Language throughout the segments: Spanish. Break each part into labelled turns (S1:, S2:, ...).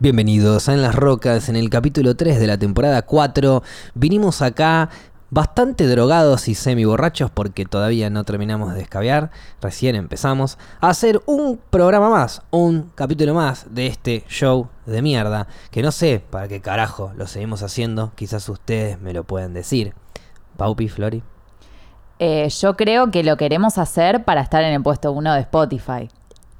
S1: Bienvenidos a En las Rocas, en el capítulo 3 de la temporada 4. Vinimos acá bastante drogados y semi borrachos porque todavía no terminamos de escabiar, recién empezamos a hacer un programa más, un capítulo más de este show de mierda, que no sé para qué carajo lo seguimos haciendo, quizás ustedes me lo pueden decir. Paupi, Flori.
S2: Eh, yo creo que lo queremos hacer para estar en el puesto 1 de Spotify.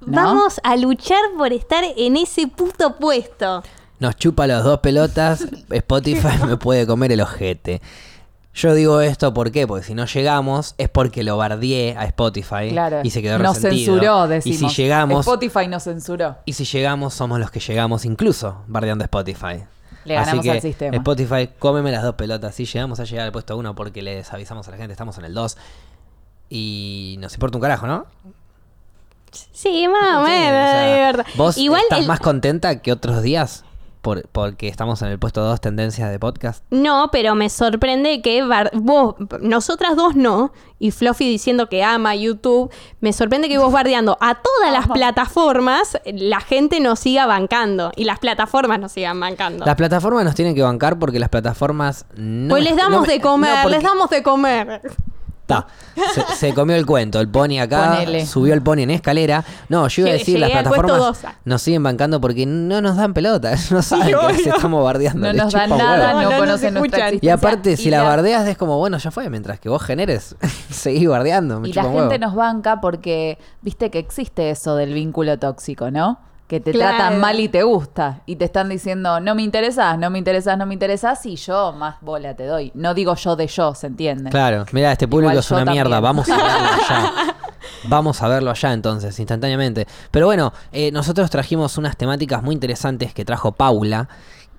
S2: ¿no?
S3: Vamos a luchar por estar en ese puto puesto.
S1: Nos chupa las dos pelotas, Spotify me puede comer el ojete. Yo digo esto ¿por qué? porque si no llegamos es porque lo bardié a Spotify
S2: Claro.
S1: y se quedó
S2: Nos
S1: resentido.
S2: censuró, decimos.
S1: Y si llegamos,
S2: Spotify nos censuró.
S1: y si llegamos somos los que llegamos incluso bardeando a Spotify.
S2: Le
S1: Así
S2: ganamos
S1: que,
S2: al sistema.
S1: Spotify, cómeme las dos pelotas. Si llegamos a llegar al puesto 1 porque les avisamos a la gente, estamos en el 2. Y nos importa un carajo, ¿no?
S3: Sí, más
S1: Sí, o
S3: o
S1: sea,
S3: menos, de verdad.
S1: Vos
S3: Ah, Igual
S1: estás
S3: el-
S1: más contenta que otros días por- porque estamos en el puesto 2 tendencias de podcast.
S3: No, pero me sorprende que bar- vos, nosotras dos no, y Fluffy diciendo que ama YouTube, me sorprende que vos bardeando a todas las plataformas, la gente nos siga bancando y las plataformas nos sigan bancando.
S1: Las plataformas nos tienen que bancar porque las plataformas no.
S3: pues les damos
S1: no me-
S3: de comer,
S1: no, porque-
S3: les damos de comer.
S1: Ta, se, se comió el cuento, el pony acá,
S2: Ponele.
S1: subió el pony en escalera. No, yo iba a
S3: Llegué-
S1: decir, las
S3: llegué al
S1: plataformas
S3: puesto dos.
S1: nos siguen bancando porque no nos dan pelota, no saben
S3: Sí,
S1: que les
S3: obvio.
S1: estamos bardeando.
S2: No
S1: les
S2: nos dan
S1: chupa un
S2: nada,
S1: huevo.
S2: no,
S3: No, no nos
S2: conocen nuestra
S3: escuchan.
S1: Y
S2: existencia.
S1: aparte, si
S2: Y
S1: la
S2: la-
S1: bardeas es como, bueno, ya fue, mientras que vos generes, seguís bardeando. me
S2: Y la
S1: chupa un
S2: gente
S1: huevo.
S2: nos banca porque, viste que existe eso del vínculo tóxico, ¿no? Que te
S3: Claro.
S2: tratan mal y te gusta. Y te están diciendo, no me interesas, no me interesas, no me interesas. Y yo más bola te doy. No digo yo de yo, ¿se entiende?
S1: Claro, mira, este público
S2: Igual
S1: es
S2: yo
S1: una
S2: también.
S1: mierda, vamos a verlo allá. Vamos a verlo allá entonces, instantáneamente. Pero bueno, eh, nosotros trajimos unas temáticas muy interesantes que trajo Paula,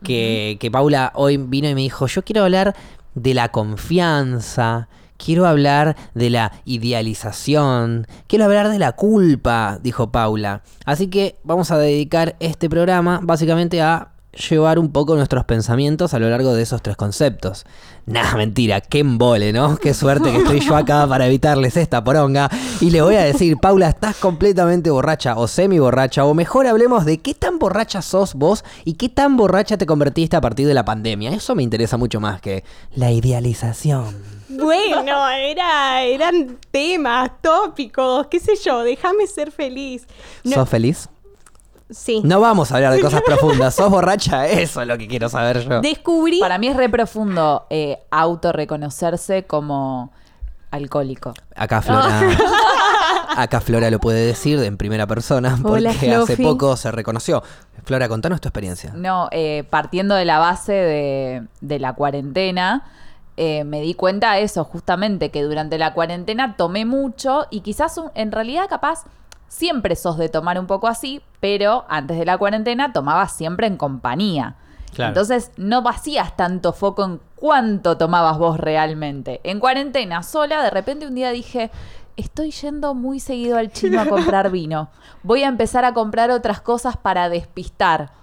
S1: que, que Paula hoy vino y me dijo, yo quiero hablar de la confianza, quiero hablar de la idealización, quiero hablar de la culpa, dijo Paula. Así que vamos a dedicar este programa básicamente a llevar un poco nuestros pensamientos a lo largo de esos tres conceptos. Nah, mentira, qué embole, ¿no? Qué suerte que estoy yo acá para evitarles esta poronga. Y le voy a decir, Paula, estás completamente borracha o semi borracha, o mejor hablemos de qué tan borracha sos vos y qué tan borracha te convertiste a partir de la pandemia. Eso me interesa mucho más que la idealización.
S3: Bueno, era, eran temas, tópicos, qué sé yo, déjame ser feliz. No-
S1: ¿Sos feliz?
S3: sí.
S1: No vamos a hablar de cosas profundas. ¿Sos borracha? Eso es lo que quiero saber yo.
S3: Descubrí
S2: Para mí es re profundo eh, autorreconocerse como alcohólico.
S1: Acá Flora.
S2: Ah.
S1: Acá Flora lo puede decir en primera persona porque
S3: Hola,
S1: hace
S3: Flofi.
S1: poco se reconoció. Flora, contanos tu experiencia.
S2: No, eh, partiendo de la base de, de la cuarentena, eh, me di cuenta de eso, justamente, que durante la cuarentena tomé mucho y quizás un- en realidad capaz siempre sos de tomar un poco así, pero antes de la cuarentena tomaba siempre en compañía.
S1: Claro.
S2: Entonces no vacías tanto foco en cuánto tomabas vos realmente. En cuarentena, sola, de repente un día dije, estoy yendo muy seguido al chino a comprar vino. Voy a empezar a comprar otras cosas para despistar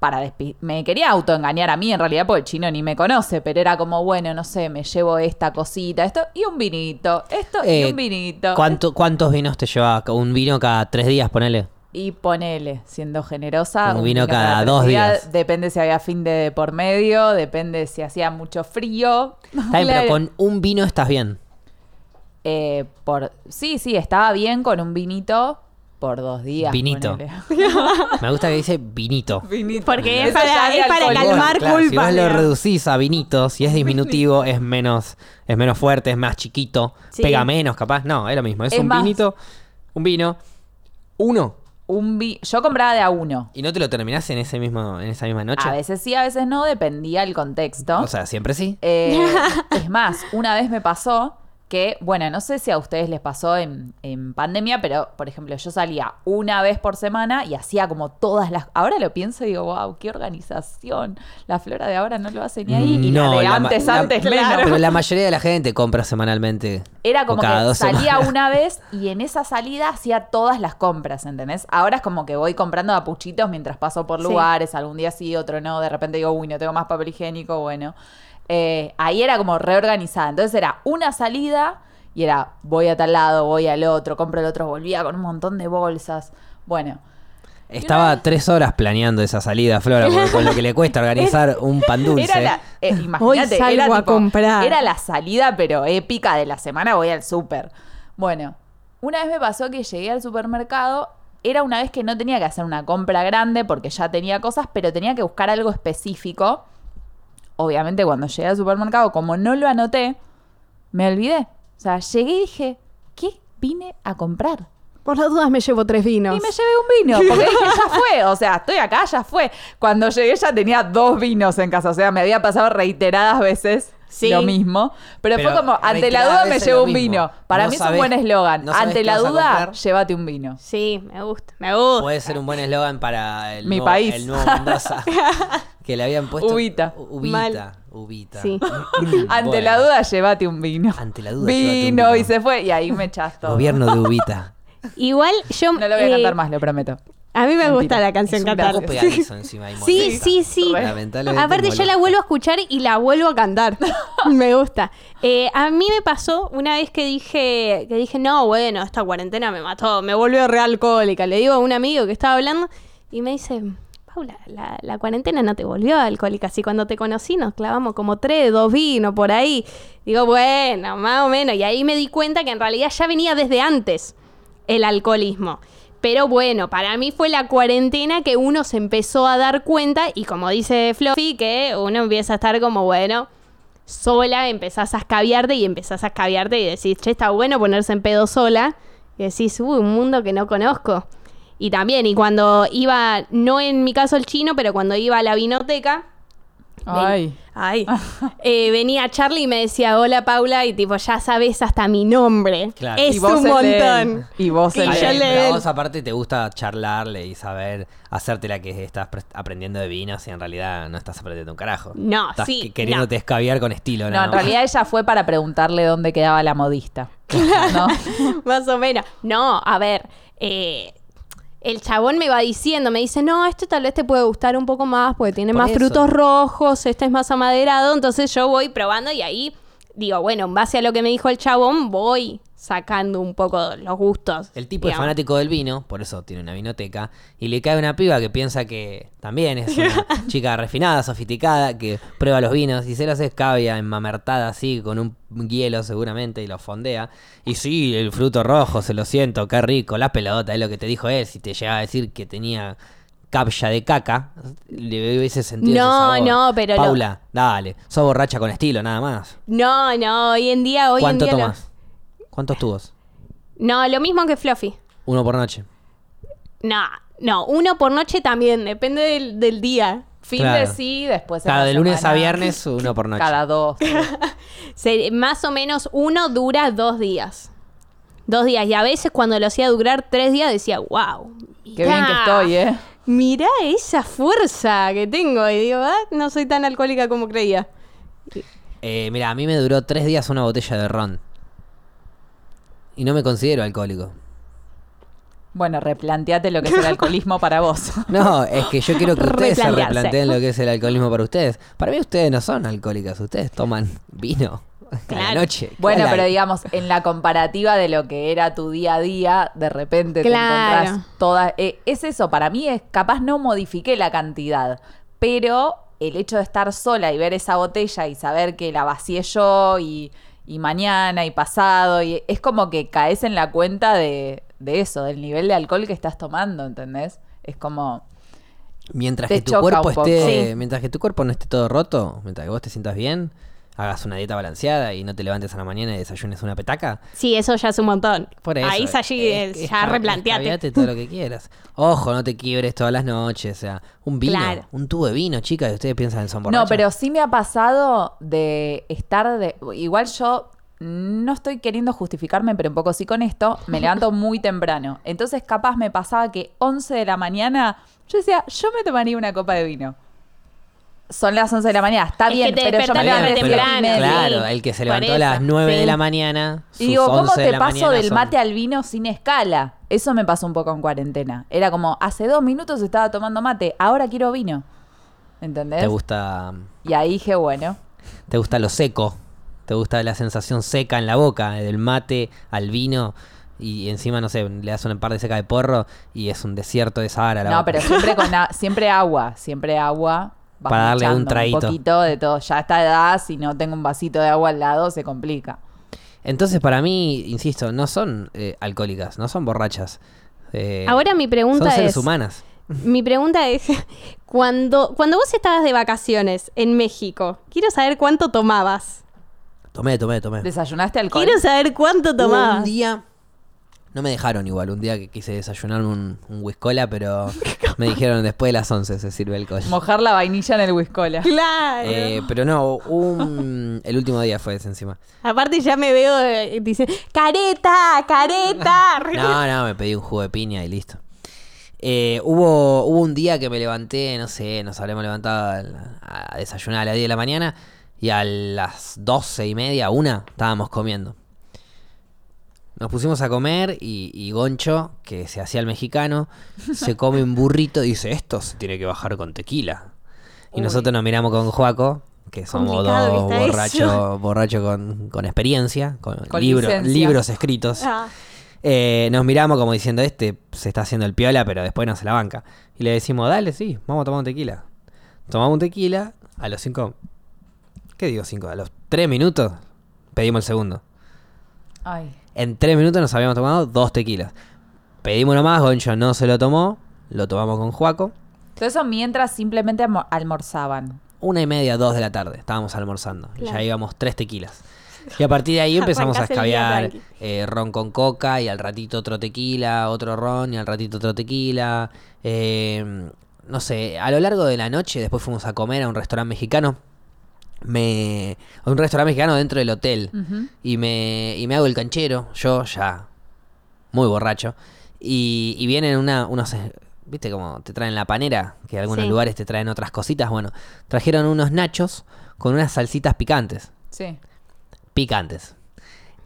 S2: para despi- me quería autoengañar a mí en realidad porque el chino ni me conoce, pero era como, bueno, no sé, me llevo esta cosita, esto y un vinito, esto y
S1: Eh,
S2: un vinito.
S1: ¿cuánto- ¿Cuántos vinos te lleva? ¿Un vino cada tres días, ponele?
S2: Y ponele, siendo generosa,
S1: Un vino cada
S2: tres
S1: dos días.
S2: Depende si había fin de, por medio, depende si hacía mucho frío.
S1: Está bien,
S2: Claro.
S1: pero con un vino estás bien.
S2: Eh, por, sí, sí, estaba bien con un vinito por dos días.
S1: Vinito.
S2: ponele.
S1: Me gusta que dice vinito.
S2: vinito.
S3: Porque es
S2: Eso
S3: para-
S2: ya de
S3: es para
S2: alcohol.
S3: calmar-
S1: Claro, si
S3: culpas,
S1: vos lo
S3: digamos.
S1: reducís a vinito, si es diminutivo, es menos, es menos fuerte, es más chiquito,
S3: Sí.
S1: pega menos, capaz. No, es lo mismo. Es,
S2: Es
S1: un
S2: más.
S1: vinito, un vino, uno.
S2: Un vi- Yo compraba de a uno.
S1: ¿Y no te lo terminás en ese mismo, en esa misma noche?
S2: A veces sí, a veces no, dependía el contexto.
S1: O sea, siempre sí.
S2: Eh, es más, una vez me pasó que, bueno, no sé si a ustedes les pasó en, en pandemia, pero por ejemplo, yo salía una vez por semana y hacía como todas las. Ahora lo pienso y digo, wow, qué organización. La flora de ahora no lo hace ni ahí. Y la de
S1: ma-
S2: antes,
S1: la-
S2: antes,
S1: claro.
S2: menos.
S1: Pero la mayoría de la gente compra semanalmente.
S2: Era como
S1: o cada
S2: que
S1: dos
S2: salía
S1: semanas.
S2: una vez y en esa salida hacía todas las compras, ¿entendés? Ahora es como que voy comprando a puchitos mientras paso por
S3: Sí.
S2: lugares, algún día sí, otro no, de repente digo, uy, no tengo más papel higiénico, bueno. Eh, ahí era como reorganizada, entonces era una salida y era voy a tal lado, voy al otro, compro el otro, volvía con un montón de bolsas. Bueno,
S1: Estaba tres horas planeando esa salida, Flora, porque con lo que le cuesta organizar un pan dulce.
S2: Era la, eh, imagínate,
S3: salgo
S2: era
S3: a
S2: tipo-
S3: comprar.
S2: Era la salida, pero épica de la semana, voy al súper. Bueno, una vez me pasó que llegué al supermercado, era una vez que no tenía que hacer una compra grande porque ya tenía cosas, pero tenía que buscar algo específico. Obviamente cuando llegué al supermercado, como no lo anoté, me olvidé. O sea, llegué y dije, ¿qué vine a comprar?
S3: Por las dudas me llevo tres vinos.
S2: Y me llevé un vino, porque dije, ya fue, o sea, estoy acá, ya fue. Cuando llegué ya tenía dos vinos en casa, o sea, me había pasado reiteradas veces
S3: Sí.
S2: lo mismo. Pero,
S1: Pero
S2: fue como, ante la
S1: reiteradas
S2: duda me
S1: veces
S2: llevo
S1: lo
S2: un
S1: mismo.
S2: vino. Para
S1: No
S2: mí
S1: sabés-
S2: es un buen eslogan.
S1: no sabés
S2: ante
S1: qué
S2: la
S1: vas a
S2: duda,
S1: comprar.
S2: llévate un vino.
S3: Sí, me gusta, me gusta.
S1: Puede ser un buen eslogan para el
S2: Mi
S1: nuevo,
S2: país.
S1: el nuevo Mendoza. que le habían puesto.
S2: Ubita.
S1: U- Ubita.
S3: Mal.
S1: Ubita.
S3: Sí.
S2: Ante
S1: Bueno,
S2: la duda, llévate un vino.
S1: Ante la duda, llévate un
S2: Vino
S1: vino.
S2: y se fue. Y ahí me echas todo.
S1: Gobierno de Ubita.
S3: Igual yo...
S2: No lo voy a
S3: eh,
S2: cantar más, lo prometo.
S3: A mí me gusta
S2: Mentira.
S3: la canción
S1: Es un
S3: cantar.
S1: poco pegadizo encima. y
S3: Sí,
S1: molesta.
S3: sí, sí.
S2: Re.
S1: Lamentablemente
S3: Aparte, yo la
S1: molesta.
S3: vuelvo a escuchar y la vuelvo a cantar. me gusta. Eh, a mí me pasó una vez que dije, que dije, no, bueno, esta cuarentena me mató, me volvió re alcohólica. Le digo a un amigo que estaba hablando y me dice, Paula, la, la cuarentena no te volvió alcohólica. Si cuando te conocí nos clavamos como tres, dos vinos por ahí. Digo, bueno, más o menos. Y ahí me di cuenta que en realidad ya venía desde antes el alcoholismo. Pero bueno, para mí fue la cuarentena que uno se empezó a dar cuenta y como dice Fluffy, que uno empieza a estar como, bueno, sola, empezás a escabiarte y empezás a escabiarte y decís, che, está bueno ponerse en pedo sola. Y decís, uy, un mundo que no conozco. Y también, y cuando iba, no en mi caso el chino, pero cuando iba a la vinoteca, Ven-
S2: Ay.
S3: ay, eh, venía Charlie y me decía, hola Paula, y tipo, ya sabes hasta mi nombre.
S1: Claro.
S3: Es
S2: Y vos
S3: un
S2: el de él.
S3: montón.
S2: Y vos
S3: Que
S2: el
S1: Ay,
S3: yo
S2: de él.
S3: le-
S1: pero a vos aparte te gusta charlarle y saber hacerte la que estás pre- aprendiendo de vinos y en realidad no estás aprendiendo un carajo.
S3: No,
S1: Estás
S3: sí,
S1: que- queriéndote
S3: no.
S1: escabiar con estilo.
S2: No,
S1: nada
S2: en
S1: más.
S2: realidad ella fue para preguntarle dónde quedaba la modista. ¿No?
S3: Más o menos. No, a ver, eh, el chabón me va diciendo, me dice, no, esto tal vez te puede gustar un poco más porque tiene
S1: Por
S3: más
S1: eso.
S3: frutos rojos, este es más amaderado, entonces yo voy probando y ahí digo, bueno, en base a lo que me dijo el chabón, voy sacando un poco los gustos.
S1: El tipo es
S3: digamos.
S1: fanático del vino, por eso tiene una vinoteca, y le cae una piba que piensa que también es una chica refinada, sofisticada, que prueba los vinos y se los escabia enmamertada así, con un hielo seguramente, y los fondea. Y sí, el fruto rojo, se lo siento, qué rico, la pelota, es lo que te dijo él, si te llegaba a decir que tenía capcha de caca, le hubiese sentido
S3: No,
S1: ese sabor.
S3: no, pero lo-
S1: Paula, dale, sos borracha con estilo, nada más.
S3: No, no, hoy en día, hoy en
S1: ¿Cuánto
S3: día... lo-
S1: tomás? ¿Cuántos tubos?
S3: No, lo mismo que Fluffy.
S1: Uno por noche.
S3: No, no, uno por noche también, depende del, del día.
S2: Fin de
S1: Claro.
S2: sí, después. en
S1: Cada
S2: la
S1: de lunes a
S2: semana,
S1: viernes, uno por noche.
S2: Cada dos.
S3: Se- más o menos uno dura dos días. Dos días. Y a veces cuando lo hacía durar tres días decía, wow.
S2: Qué bien que estoy, ¿eh?
S3: Mirá esa fuerza que tengo. Y digo, ah, no soy tan alcohólica como creía.
S1: Eh, mira, a mí me duró tres días una botella de ron. Y no me considero alcohólico.
S2: Bueno, replanteate lo que es el alcoholismo para vos.
S1: No, es que yo quiero que ustedes se
S3: Replantearse.
S1: replanteen lo que es el alcoholismo para ustedes. Para mí ustedes no son alcohólicas, ustedes toman vino a
S3: Claro.
S1: la noche.
S2: Bueno,
S1: Claro.
S2: pero digamos, en la comparativa de lo que era tu día a día, de repente
S3: Claro.
S2: te encontrás todas. eh, es eso, para mí es capaz no modifiqué la cantidad, pero el hecho de estar sola y ver esa botella y saber que la vacié yo y, y mañana y pasado, y es como que caes en la cuenta de, de eso, del nivel de alcohol que estás tomando, ¿entendés? Es como.
S1: mientras
S2: te
S1: que tu
S2: choca
S1: cuerpo
S2: un poco.
S1: esté,
S3: Sí.
S1: mientras que tu cuerpo no esté todo roto, mientras que vos te sientas bien, hagas una dieta balanceada y no te levantes a la mañana y desayunes una petaca,
S3: Sí, eso ya es un montón.
S1: Por eso,
S3: Ahí Sashi,
S1: eh,
S3: eh,
S1: es-
S3: ya
S1: esca-
S3: replanteate.
S1: escabiate todo lo que quieras. Ojo, no te quiebres todas las noches. O sea, un vino,
S3: Claro.
S1: un tubo de vino, chicas, y ustedes piensan en son
S2: No,
S1: borrachas.
S2: pero sí me ha pasado de estar de. Igual yo no estoy queriendo justificarme, pero un poco sí con esto. Me levanto muy temprano. Entonces, capaz me pasaba que 11 de la mañana yo decía, yo me tomaría una copa de vino. Son las 11 de la mañana, está
S3: Es que
S2: bien,
S3: te
S2: pero yo
S3: despertás
S2: me
S1: Está
S3: re
S2: levanté
S1: bien, pero-
S2: siete y media.
S1: Claro,
S3: sí.
S1: el que se
S3: Por
S1: levantó a
S3: eso,
S1: las 9
S3: sí.
S1: de la mañana.
S2: Y
S1: sus
S2: digo, ¿cómo
S1: 11 de
S2: te
S1: la
S2: paso
S1: mañana
S2: del
S1: son-
S2: mate al vino sin escala? Eso me pasó un poco en cuarentena. Era como, hace dos minutos estaba tomando mate, ahora quiero vino. ¿Entendés?
S1: ¿Te gusta,
S2: Y ahí dije, bueno.
S1: ¿Te gusta lo seco? ¿Te gusta la sensación seca en la boca? Del mate eh, al vino. y encima, no sé, le das un par de seca de porro y es un desierto de Sahara. la
S2: No,
S1: boca.
S2: pero siempre, con a- siempre agua, siempre agua. Vas
S1: Para darle
S2: mechando
S1: un traguito.
S2: poquito de todo. Ya a esta edad, si no tengo un vasito de agua al lado, se complica.
S1: Entonces, para mí, insisto, no son eh, alcohólicas, no son borrachas. Eh,
S3: Ahora mi pregunta
S1: Son seres
S3: es-
S1: humanas.
S3: Mi pregunta es, cuando, cuando vos estabas de vacaciones en México, quiero saber cuánto tomabas.
S1: Tomé, tomé, tomé.
S2: ¿Desayunaste alcohol?
S3: Quiero saber cuánto
S1: Hubo Un
S3: tomabas.
S1: día. No me dejaron igual, un día que quise desayunarme un, un whiskola, pero me dijeron después de las 11 se sirve alcohol.
S2: Mojar la vainilla en el whiskola.
S3: Claro.
S1: Eh, pero no, un, el último día fue ese encima.
S3: Aparte ya me veo, eh, dice, careta, careta.
S1: No, no, me pedí un jugo de piña y listo. Eh, hubo, hubo un día que me levanté, no sé, nos habremos levantado al- a, desayunar a las 10 de la mañana y a las 12 y media, una, estábamos comiendo. Nos pusimos a comer y, y Goncho, que se hacía el mexicano, se come un burrito y dice, esto se tiene que bajar con tequila. Y
S2: Uy.
S1: nosotros nos miramos con Joaco, que somos
S3: Complicado
S1: dos
S3: que está eso.
S1: borrachos borracho con, con experiencia, con,
S2: Con
S1: libro-
S2: licencia.
S1: libros escritos.
S3: Ah,
S1: Eh, nos miramos como diciendo, este se está haciendo el piola, pero después no se la banca. Y le decimos, dale, sí, vamos a tomar un tequila. Tomamos un tequila, a los cinco... ¿Qué digo cinco? A los tres minutos pedimos el segundo.
S2: Ay.
S1: En tres minutos nos habíamos tomado dos tequilas. Pedimos uno más, Goncho no se lo tomó, lo tomamos con Juaco.
S2: Todo eso mientras simplemente almo- almorzaban.
S1: Una y media, dos de la tarde, estábamos almorzando.
S3: Claro.
S1: Ya íbamos tres tequilas. Y a partir de ahí empezamos a
S3: Arrancás el día
S1: escabear
S3: tranqui.
S1: eh, ron con coca y al ratito otro tequila, otro ron y al ratito otro tequila. Eh, no sé, a lo largo de la noche después fuimos a comer a un restaurante mexicano. Me, a un restaurante mexicano dentro del hotel.
S2: Ujú.
S1: y, me, y me hago el canchero, yo ya muy borracho. Y, y vienen una, unos... eh, ¿Viste como te traen la panera? Que en algunos
S3: Sí.
S1: lugares te traen otras cositas. Bueno, trajeron unos nachos con unas salsitas picantes.
S2: Sí.
S1: Picantes.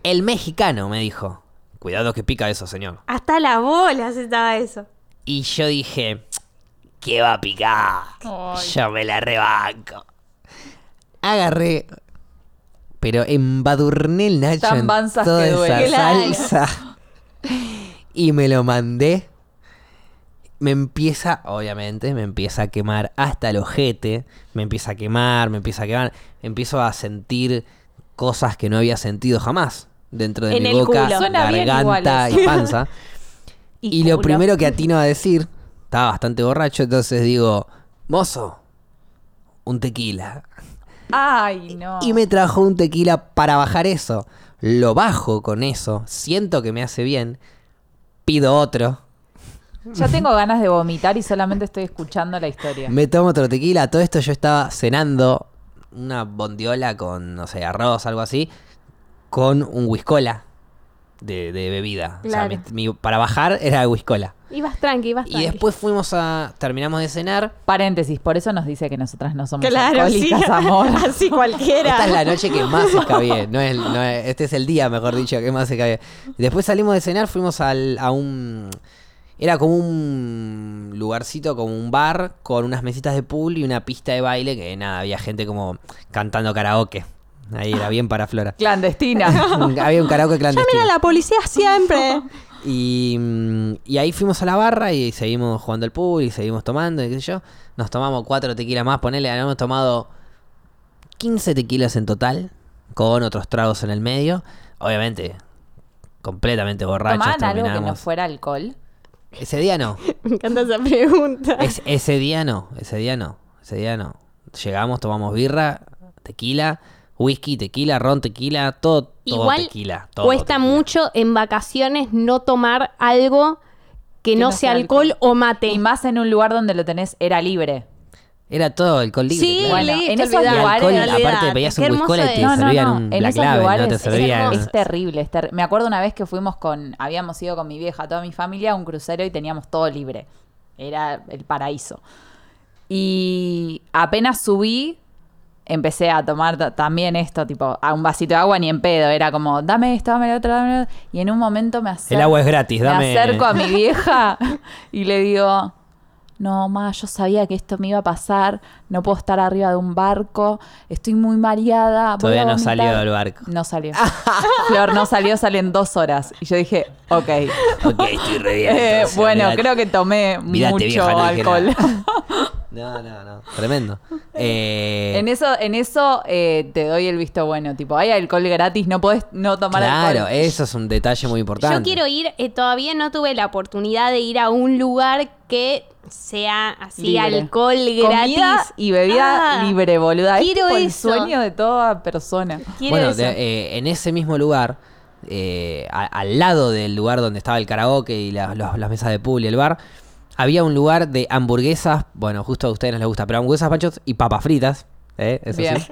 S1: El mexicano me dijo, cuidado que pica eso, señor.
S3: hasta las bolas estaba eso.
S1: Y yo dije, ¿qué va a picar?
S2: Ay.
S1: Yo me la rebanco. Agarré, pero embadurné el nacho
S2: Tan
S1: en
S2: banzas
S1: toda
S2: que duele.
S1: esa
S3: Claro.
S1: salsa. Y me lo mandé. Me empieza, obviamente, me empieza a quemar hasta el ojete. Me empieza a quemar, me empieza a quemar. Empiezo a sentir cosas que no había sentido jamás dentro de
S3: En
S1: mi
S3: el
S1: boca,
S3: culo.
S2: Suena bien
S1: garganta
S2: igual
S1: y panza. Y, lo
S3: culo.
S1: primero que atino a decir, estaba bastante borracho, entonces digo, mozo, un tequila.
S2: Ay, no.
S1: Y me trajo un tequila para bajar eso. Lo bajo con eso, siento que me hace bien, pido otro,
S2: Ya tengo ganas de vomitar y solamente estoy escuchando la historia.
S1: me tomo otro tequila. Todo esto yo estaba cenando una bondiola con, no sé, arroz, algo así, con un whiskola de, de bebida. O sea,
S3: Claro.
S1: mi- mi- para bajar era whiskola.
S3: Ibas tranqui, ibas
S1: Y
S3: tranqui.
S1: después fuimos a, terminamos de cenar.
S2: Paréntesis, por eso nos dice que nosotras no somos
S3: Claro, sí.
S2: alcohólicas, amor.
S3: Así cualquiera.
S1: Esta es la noche que más escabié. No es, no es- este es el día, mejor dicho, que más escabié. Después salimos de cenar, fuimos al, a un... Era como un lugarcito, como un bar, con unas mesitas de pool y una pista de baile que nada, había gente como cantando karaoke. Ahí era bien para Flora.
S2: Clandestina.
S1: había un karaoke clandestino.
S3: Llamen a la policía siempre.
S1: Y, mm, y ahí fuimos a la barra y seguimos jugando al pool y seguimos tomando y qué sé yo. Nos tomamos cuatro tequilas más, ponele, habíamos tomado 15 tequilas en total, con otros tragos en el medio. Obviamente, completamente borrachos
S2: ¿Tomaban algo que no
S1: terminamos.
S2: fuera alcohol?
S1: Ese día no,
S3: Me encanta esa pregunta.
S1: Es- ese día no, ese día no, ese día no. Llegamos, tomamos birra, tequila, whisky, tequila, ron, tequila, todo, todo
S3: Igual
S1: tequila. todo
S3: Cuesta
S1: tequila.
S3: mucho en vacaciones no tomar algo que, no, sea alcohol, o mate.
S2: Y más en un lugar donde lo tenés, era libre.
S1: Era todo alcohol libre.
S3: Sí,
S1: claro.
S2: Bueno,
S3: listo,
S2: en esos
S3: olvidate,
S1: Y
S2: lugares,
S1: alcohol,
S2: olvidate,
S1: aparte pedías
S3: qué
S1: un
S3: hermoso
S1: whiskola y te
S3: es.
S2: No, no,
S1: servían
S2: no.
S1: un
S2: En
S1: Black
S2: esos
S1: Label,
S2: lugares
S1: no te
S2: es
S1: servían.
S2: hermoso. Es terrible, es ter- Me acuerdo una vez que fuimos con, habíamos ido con mi vieja, toda mi familia, a un crucero y teníamos todo libre. Era el paraíso. Y apenas subí, empecé a tomar ta- también esto, tipo, a un vasito de agua ni en pedo. Era como, dame esto, dame lo otro, dame lo otro. Y en un momento me acerco.
S1: El agua es gratis,
S2: Me
S1: dame.
S2: acerco a mi vieja y le digo, no, ma, yo sabía que esto me iba a pasar, no puedo estar arriba de un barco, estoy muy mareada. voy
S1: Todavía
S2: a
S1: no salió
S2: vomitar".
S1: del barco.
S2: No salió. Flor, no salió, salen dos horas. Y yo dije, ok.
S1: Ok, estoy re bien.
S2: Eh,
S1: entonces,
S2: bueno,
S1: mirate-
S2: creo que tomé
S1: mirate,
S2: mucho
S1: vieja, no dije
S2: alcohol.
S1: No, no, no. Tremendo. Eh,
S2: en eso, en eso eh, te doy el visto bueno. Tipo, hay alcohol gratis, no podés no tomar
S1: claro,
S2: alcohol.
S1: eso es un detalle muy importante.
S3: Yo quiero ir, eh, todavía no tuve la oportunidad de ir a un lugar que sea así
S2: Libre.
S3: alcohol gratis.
S2: Comida y bebida
S3: Ah,
S2: libre, boluda. Es
S3: quiero
S2: tipo el
S3: eso.
S2: sueño de toda persona.
S3: Quiero
S1: Bueno,
S3: eso.
S1: de- eh, en ese mismo lugar, eh, a- al lado del lugar donde estaba el karaoke y la- los- las mesas de pool y el bar, había un lugar de hamburguesas, bueno, justo a ustedes no les gusta, pero hamburguesas, panchos y papas fritas, ¿eh? eso
S2: Bien.
S1: sí.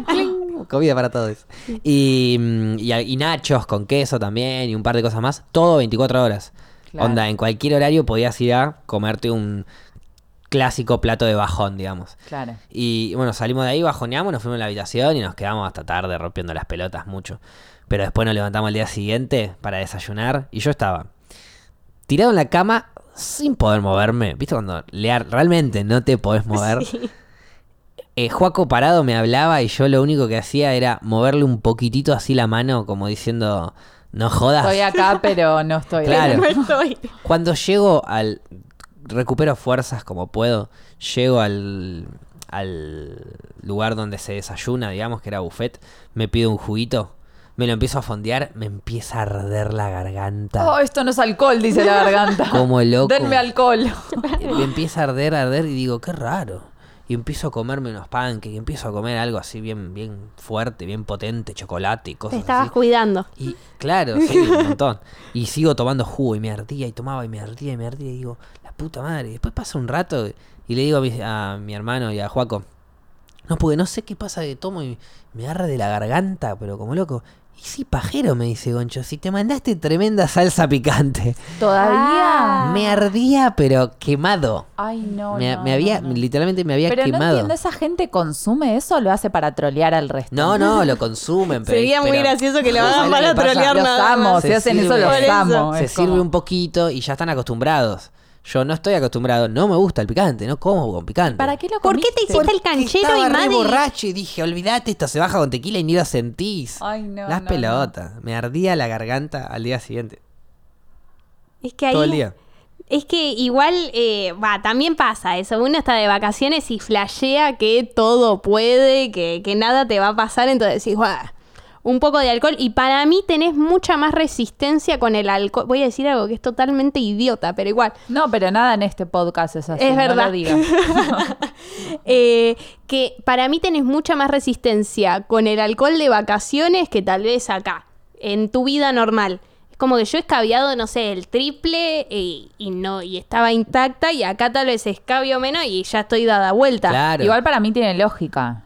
S1: Eh, comida para todos. Y, mm, y, a- y nachos con queso también y un par de cosas más, todo 24 horas.
S2: Claro.
S1: Onda, en cualquier horario podías ir a comerte un clásico plato de bajón, digamos.
S2: Claro.
S1: Y bueno, salimos de ahí, bajoneamos, nos fuimos a la habitación y nos quedamos hasta tarde rompiendo las pelotas mucho. Pero después nos levantamos al día siguiente para desayunar y yo estaba tirado en la cama sin poder moverme. ¿Viste cuando lear realmente no te podés mover? Eh, Juaco parado me hablaba y yo lo único que hacía era moverle un poquitito así la mano como diciendo, no jodas.
S2: Estoy acá, pero no estoy.
S1: Claro.
S3: No estoy.
S1: Cuando llego al. Recupero fuerzas como puedo. Llego al. al lugar donde se desayuna, digamos, que era buffet. Me pido un juguito. Me lo empiezo a fondear. Me empieza a arder la garganta.
S2: Oh, esto no es alcohol, dice la garganta.
S1: Como loco.
S2: Denme alcohol.
S1: Me empieza a arder, a arder y digo, qué raro. Y empiezo a comerme unos pancakes, y empiezo a comer algo así bien, bien fuerte, bien potente, chocolate y
S3: Te
S1: cosas
S3: estabas
S1: así.
S3: cuidando.
S1: Y claro, sí, un montón. Y sigo tomando jugo y me ardía y tomaba y me ardía y me ardía y digo, la puta madre. Y después pasa un rato y le digo a mi, a mi hermano y a Juaco, no, porque no sé qué pasa que tomo y me agarra de la garganta, pero como loco. Y sí, pajero, me dice Goncho, si te mandaste tremenda salsa picante.
S2: Todavía.
S3: Ah.
S1: Me ardía, pero quemado.
S2: Ay, no.
S1: me,
S2: no,
S1: me había,
S2: no, no.
S1: literalmente me había
S2: Pero no
S1: quemado.
S2: entiendo, ¿esa gente consume eso o lo hace para trolear al resto?
S1: No, no, lo consumen. Pero,
S3: Sería muy
S1: pero-
S3: gracioso que lo
S1: ¿sabes
S3: hagan
S1: qué
S3: para
S1: pasa?
S3: trolear
S2: Los
S3: nada
S2: amo,
S3: más.
S2: si
S1: Se
S2: hacen eso
S1: sirve.
S2: los
S3: Por eso.
S2: amo.
S1: se
S2: es
S1: sirve
S2: como-
S1: un poquito y ya están acostumbrados. Yo no estoy acostumbrado, no me gusta el picante, no como con picante.
S2: ¿Para qué lo
S3: ¿Por qué te
S2: comiste?
S3: hiciste el canchero
S1: Estaba re
S3: y Maddy?
S1: borracho y dije, olvídate, esto se baja con tequila y ni lo sentís.
S2: Ay, no,
S1: Las
S2: no,
S1: pelotas. Me ardía la garganta al día siguiente.
S3: Es que ahí,
S1: Todo el día.
S3: Es que igual, eh, va, también pasa eso. Uno está de vacaciones y flashea que todo puede, que, que nada te va a pasar. Entonces decís, "Buah, un poco de alcohol. Y para mí tenés mucha más resistencia con el alcohol. Voy a decir algo que es totalmente idiota, pero igual.
S2: No, pero nada en este podcast es así.
S3: Es
S2: no
S3: verdad.
S2: lo digas.
S3: Eh, que para mí tenés mucha más resistencia con el alcohol de vacaciones que tal vez acá, en tu vida normal. Es como que yo he escabiado, no sé, el triple y, y no, y estaba intacta, y acá tal vez escabio menos y ya estoy dada vuelta.
S1: Claro.
S2: Igual para mí tiene lógica.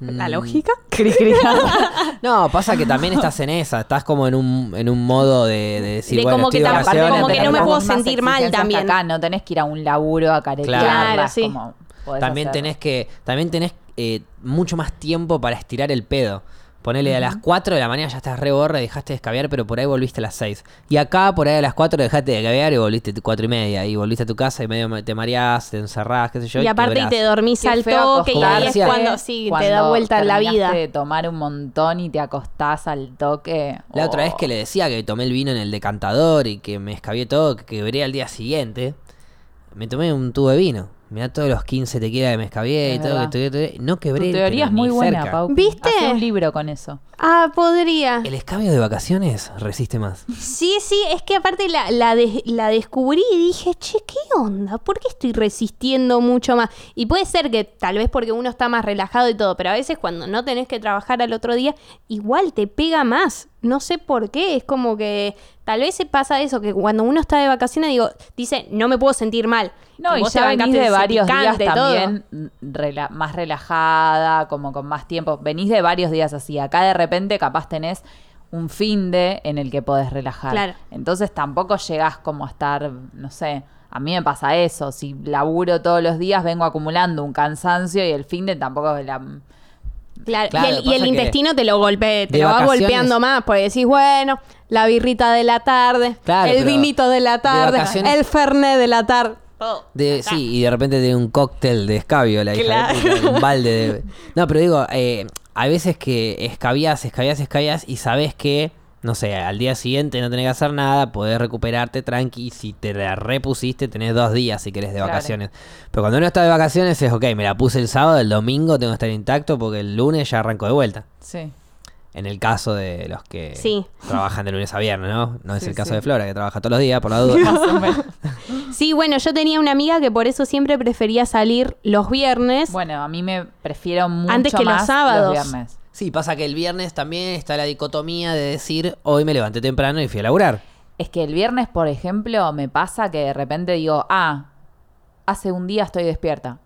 S3: ¿La
S1: Mm,
S3: lógica?
S2: Cri, cri.
S1: No, pasa que también estás en esa. Estás como en un, en un modo de, de decir,
S3: De
S1: bueno,
S3: como que
S1: estoy de
S3: te- aparte,
S1: vacaciones,
S3: como que
S1: pero
S3: no me
S1: tampoco-
S3: puedo
S2: Tenemos más
S3: sentir mal
S2: exigencias
S3: también.
S2: que Acá no tenés que ir a un laburo a caretear.
S1: Claro,
S2: vas
S3: sí.
S2: como podés
S1: También
S2: hacer.
S1: tenés que. También tenés eh, mucho más tiempo para estirar el pedo. Ponele a las 4 de la mañana ya estás re borra, dejaste de escabear, pero por ahí volviste a las 6. Y acá, por ahí a las 4 dejaste de escabear y volviste a 4 y media. Y volviste a tu casa y medio ma- te mareás, te encerrás, qué sé yo.
S3: y aparte y
S1: quebrás.
S3: te dormís
S2: Qué
S3: al
S2: feo
S3: toque y ahí es
S1: acostarse.
S3: cuando sí te da
S2: Cuando
S3: vuelta la vida.
S2: terminaste de tomar un montón y te acostás al toque.
S1: La otra vez
S2: Oh.
S1: que le decía que tomé el vino en el decantador y que me escabié todo, que quebré al día siguiente, me tomé un tubo de vino. Mirá todos los 15 tequilas que me escabié
S2: Es
S1: y todo.
S2: verdad.
S1: Que tuve- tuve- no
S2: Tu
S1: quebré.
S2: teoría
S1: pero
S2: es muy
S1: ni
S2: buena,
S1: cerca.
S2: Pau.
S3: ¿Viste?
S2: Hacé un libro con eso.
S3: Ah, podría.
S1: El escabio de vacaciones resiste más.
S3: Sí, sí, es que aparte la, la, des- la descubrí y dije, che, ¿qué onda? ¿Por qué estoy resistiendo mucho más? Y puede ser que tal vez porque uno está más relajado y todo, pero a veces cuando no tenés que trabajar al otro día, igual te pega más. No sé por qué, es como que tal vez se pasa eso, que cuando uno está de vacaciones, digo, dice, no me puedo sentir mal.
S2: No, y
S3: vos
S2: ya
S3: te
S2: venís
S3: bancaste
S2: de
S3: ese
S2: varios días
S3: picante, todo.
S2: también mm, rela- más relajada, como con más tiempo. Venís de varios días así. Acá de repente capaz tenés un fin de en el que podés relajar.
S3: Claro.
S2: Entonces tampoco llegás como a estar, no sé, a mí me pasa eso. Si laburo todos los días vengo acumulando un cansancio y el fin de tampoco es la...
S3: Claro,
S1: Claro,
S3: y el, y
S1: pasa
S3: el
S1: que
S3: intestino te lo golpea, te
S1: de
S3: lo va
S1: vacaciones-
S3: golpeando más, porque decís, bueno, la birrita de la tarde,
S1: Claro,
S3: el
S1: pero
S3: vinito de la tarde,
S1: vacaciones-
S3: el fernet de la tarde.
S1: De- sí, y de repente tiene un cóctel de escabio la hija de
S3: Claro.
S1: puta, un balde de... No, pero digo, eh, a veces que escabias, escabias, escabias y sabes que, no sé, al día siguiente no tenés que hacer nada, podés recuperarte tranqui, y si te la repusiste tenés dos días si querés de
S2: Claro.
S1: vacaciones. Pero cuando uno está de vacaciones es, ok, me la puse el sábado, el domingo tengo que estar intacto porque el lunes ya arranco de vuelta.
S2: Sí.
S1: En el caso de los que
S3: Sí.
S1: trabajan de lunes a viernes, ¿no? No es
S2: Sí,
S1: el caso
S2: sí.
S1: de Flora, que trabaja todos los días, por la duda.
S2: Más o menos.
S3: Sí, bueno, yo tenía una amiga que por eso siempre prefería salir los viernes.
S2: Bueno, a mí me prefiero mucho
S3: Antes que los
S2: más
S3: sábados.
S2: viernes.
S1: Sí, pasa que el viernes también está la dicotomía de decir, hoy me levanté temprano y fui a laburar.
S2: Es que el viernes, por ejemplo, me pasa que de repente digo, ah, hace un día estoy despierta.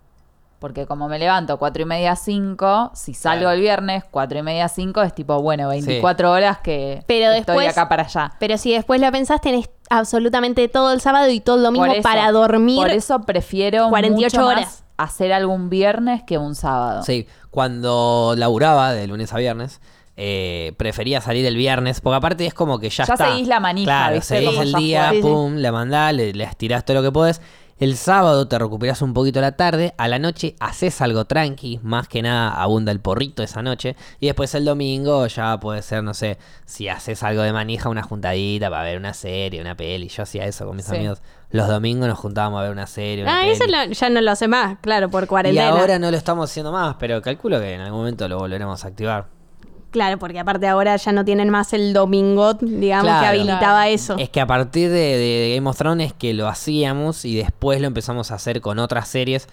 S2: Porque como me levanto cuatro y media cinco, si salgo
S1: Claro.
S2: el viernes cuatro y media cinco es tipo, bueno, 24 horas que
S3: Pero
S2: estoy
S3: después-
S2: acá para allá.
S3: Pero si después lo pensás, tenés absolutamente todo el sábado y todo el domingo
S2: Por eso-
S3: para dormir.
S2: Por eso prefiero
S3: 48
S2: mucho más
S3: horas.
S2: hacer algún viernes que un sábado.
S1: Sí, cuando laburaba de lunes a viernes, eh, prefería salir el viernes, porque aparte es como que ya,
S2: Ya
S1: está.
S2: seguís la manija,
S1: Claro,
S2: ¿viste?
S1: seguís
S2: Como
S1: el
S2: ya
S1: día,
S3: fue. Sí, sí.
S1: pum, la mandás, le, le estirás todo lo que podés. El sábado te recuperás un poquito la tarde, a la noche haces algo tranqui, más que nada abunda el porrito esa noche, y después el domingo ya puede ser, no sé, si haces algo de manija, una juntadita para ver una serie, una peli. Yo hacía eso con mis
S2: Sí.
S1: amigos. Los domingos nos juntábamos a ver una serie. Una
S3: Ah,
S1: peli.
S3: eso lo- ya no lo hace más, claro, por
S1: Y
S3: cuarentena.
S1: ahora no lo estamos haciendo más, pero calculo que en algún momento lo volveremos a activar.
S3: Claro, porque aparte ahora ya no tienen más el domingo, digamos, que
S1: Claro.
S3: habilitaba eso.
S1: Es que a partir de, de Game of Thrones es que lo hacíamos y después lo empezamos a hacer con otras series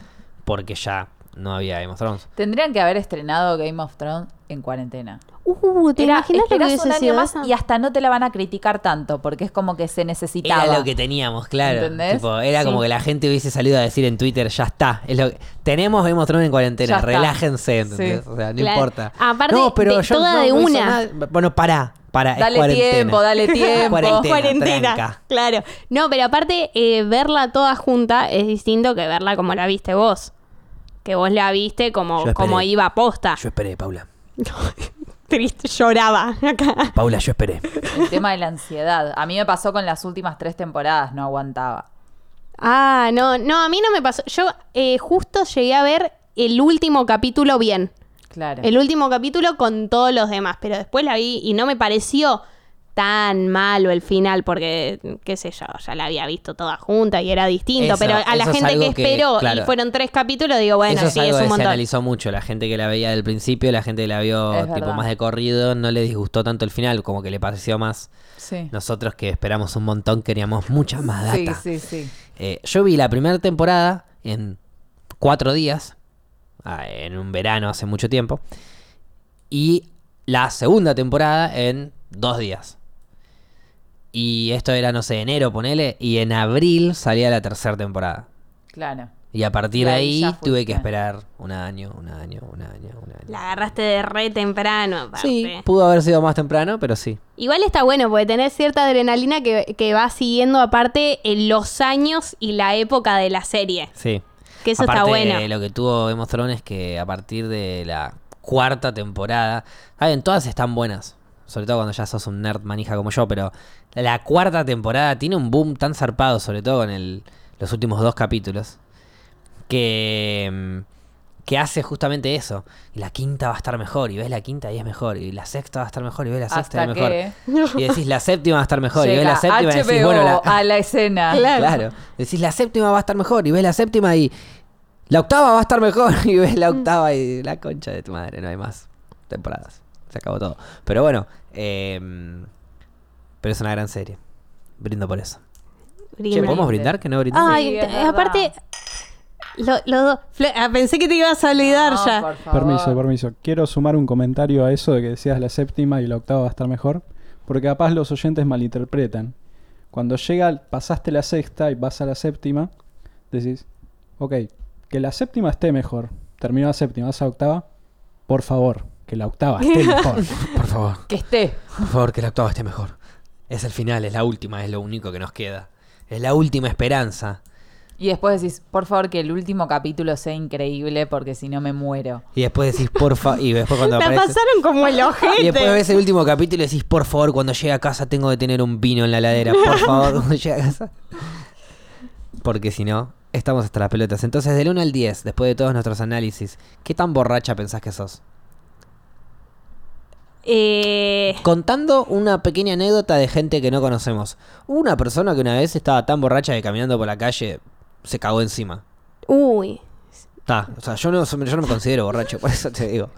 S1: porque ya no había Game of Thrones.
S2: Tendrían que haber estrenado Game of Thrones en cuarentena.
S3: Uh, ¿te
S2: Era-
S3: imaginas lo que
S2: esperás
S3: hubiese
S2: un año
S3: sido
S2: más
S3: eso?
S2: y hasta no te la van a criticar tanto porque es como que se necesitaba.
S1: Era lo que teníamos, claro.
S2: ¿Entendés?
S1: Tipo, era
S3: Sí.
S1: como que la gente hubiese salido a decir en Twitter, ya está. Es lo que- Tenemos Game of Thrones en
S2: Ya
S1: cuarentena,
S2: está.
S1: relájense, ¿entendés?
S2: Sí.
S1: O sea, no
S3: Claro.
S1: importa.
S3: Aparte,
S1: no, pero
S3: de-
S1: yo
S3: toda
S1: no-
S3: de
S1: no hice
S3: una.
S1: nada. Bueno, pará, pará. es
S2: Dale
S1: cuarentena.
S2: tiempo, dale tiempo.
S1: Cuarentena.
S3: cuarentena.
S1: tranca.
S3: Claro. No, pero aparte, eh, verla toda junta es distinto que verla como la viste vos. Que vos la viste
S1: Yo
S3: como,
S1: esperé.
S3: como iba a posta.
S1: Yo esperé, Paula.
S3: Triste, lloraba acá.
S1: Paula, yo esperé.
S2: El tema de la ansiedad. A mí me pasó con las últimas tres temporadas, no aguantaba.
S3: Ah, no, no, a mí no me pasó. Yo eh, justo llegué a ver el último capítulo bien.
S2: Claro.
S3: El último capítulo con todos los demás, pero después la vi y no me pareció tan malo el final porque qué sé yo, ya la había visto toda junta y era distinto,
S1: Eso,
S3: pero a la
S1: eso es
S3: gente que
S1: algo que,
S3: esperó y
S1: claro.
S3: fueron tres capítulos, digo, bueno,
S1: Eso es
S3: sí,
S1: algo
S3: es un
S1: que se
S3: montón.
S1: analizó mucho. La gente que la veía del principio, la gente que la vio
S2: Es
S1: tipo
S2: verdad.
S1: más de corrido, no le disgustó tanto el final, como que le pareció más.
S2: sí.
S1: Nosotros que esperamos un montón, queríamos mucha más data.
S2: sí, sí, sí.
S1: Eh, yo vi la primera temporada en cuatro días, ah, en un verano hace mucho tiempo, y la segunda temporada en dos días. Y esto era, no sé, enero, ponele, y en abril salía la tercera temporada.
S2: Claro.
S1: Y a partir
S2: Y
S1: de
S2: ahí
S1: ahí
S2: ya
S1: tuve
S2: fuiste.
S1: que esperar un año, un año, un año, un año.
S3: La agarraste de re temprano, aparte.
S1: Sí, pudo haber sido más temprano, pero sí.
S3: Igual está bueno, porque tenés cierta adrenalina que, que va siguiendo aparte en los años y la época de la serie.
S1: Sí.
S3: Que eso
S1: Aparte,
S3: está bueno.
S1: Lo que tuvo Game of Thrones es que a partir de la cuarta temporada. Saben, todas están buenas. Sobre todo cuando ya sos un nerd manija como yo, pero la cuarta temporada tiene un boom tan zarpado, sobre todo con el, los últimos dos capítulos, que, mm, que hace justamente eso. Y la quinta va a estar mejor, y ves la quinta y es mejor, y la sexta va a estar mejor, y ves la sexta y es
S2: Hasta
S1: mejor.
S2: que
S1: Y decís, la séptima va a estar mejor, y ves
S2: llega
S1: la séptima y decís,
S2: HBO
S1: bueno, la,
S2: a la escena.
S3: Claro.
S1: Claro. Decís la séptima va a estar mejor y ves la séptima y la octava va a estar mejor y ves la octava y la concha de tu madre, no hay más temporadas. Se acabó todo. Pero bueno, eh, pero es una gran serie. Brindo por eso. Che,
S3: Brindis.
S1: ¿podemos brindar que no brindamos?
S3: Ay,
S2: Sí, es
S3: te-
S2: verdad.
S3: aparte, lo- los dos. Fle- ah, pensé que te ibas a olvidar
S2: No,
S3: ya.
S2: por favor.
S4: Permiso, permiso. Quiero sumar un comentario a eso de que decías la séptima y la octava va a estar mejor, porque capaz los oyentes malinterpretan. Cuando llega, pasaste la sexta y vas a la séptima, decís, ok, que la séptima esté mejor. Terminó la séptima, vas a la octava, por favor, que la octava esté mejor.
S1: Por favor,
S2: Que esté.
S1: por favor, que la octava esté mejor. Es el final, es la última, es lo único que nos queda. Es la última esperanza.
S2: Y después decís, por favor, que el último capítulo sea increíble porque si no me muero.
S1: Y después decís, porfa. Y después cuando
S3: La
S1: aparece.
S3: pasaron como el ojete.
S1: Y después ves el último capítulo y decís, por favor, cuando llegue a casa tengo que tener un vino en la ladera. Por favor, cuando llegue a casa. Porque si no, estamos hasta las pelotas. Entonces, del 1 al 10, después de todos nuestros análisis, ¿qué tan borracha pensás que sos?
S3: Eh,
S1: Contando una pequeña anécdota de gente que no conocemos. Hubo una persona que una vez estaba tan borracha que caminando por la calle se cagó encima.
S3: uy.
S1: Ta, o sea, yo no, yo no me considero borracho, por eso te digo.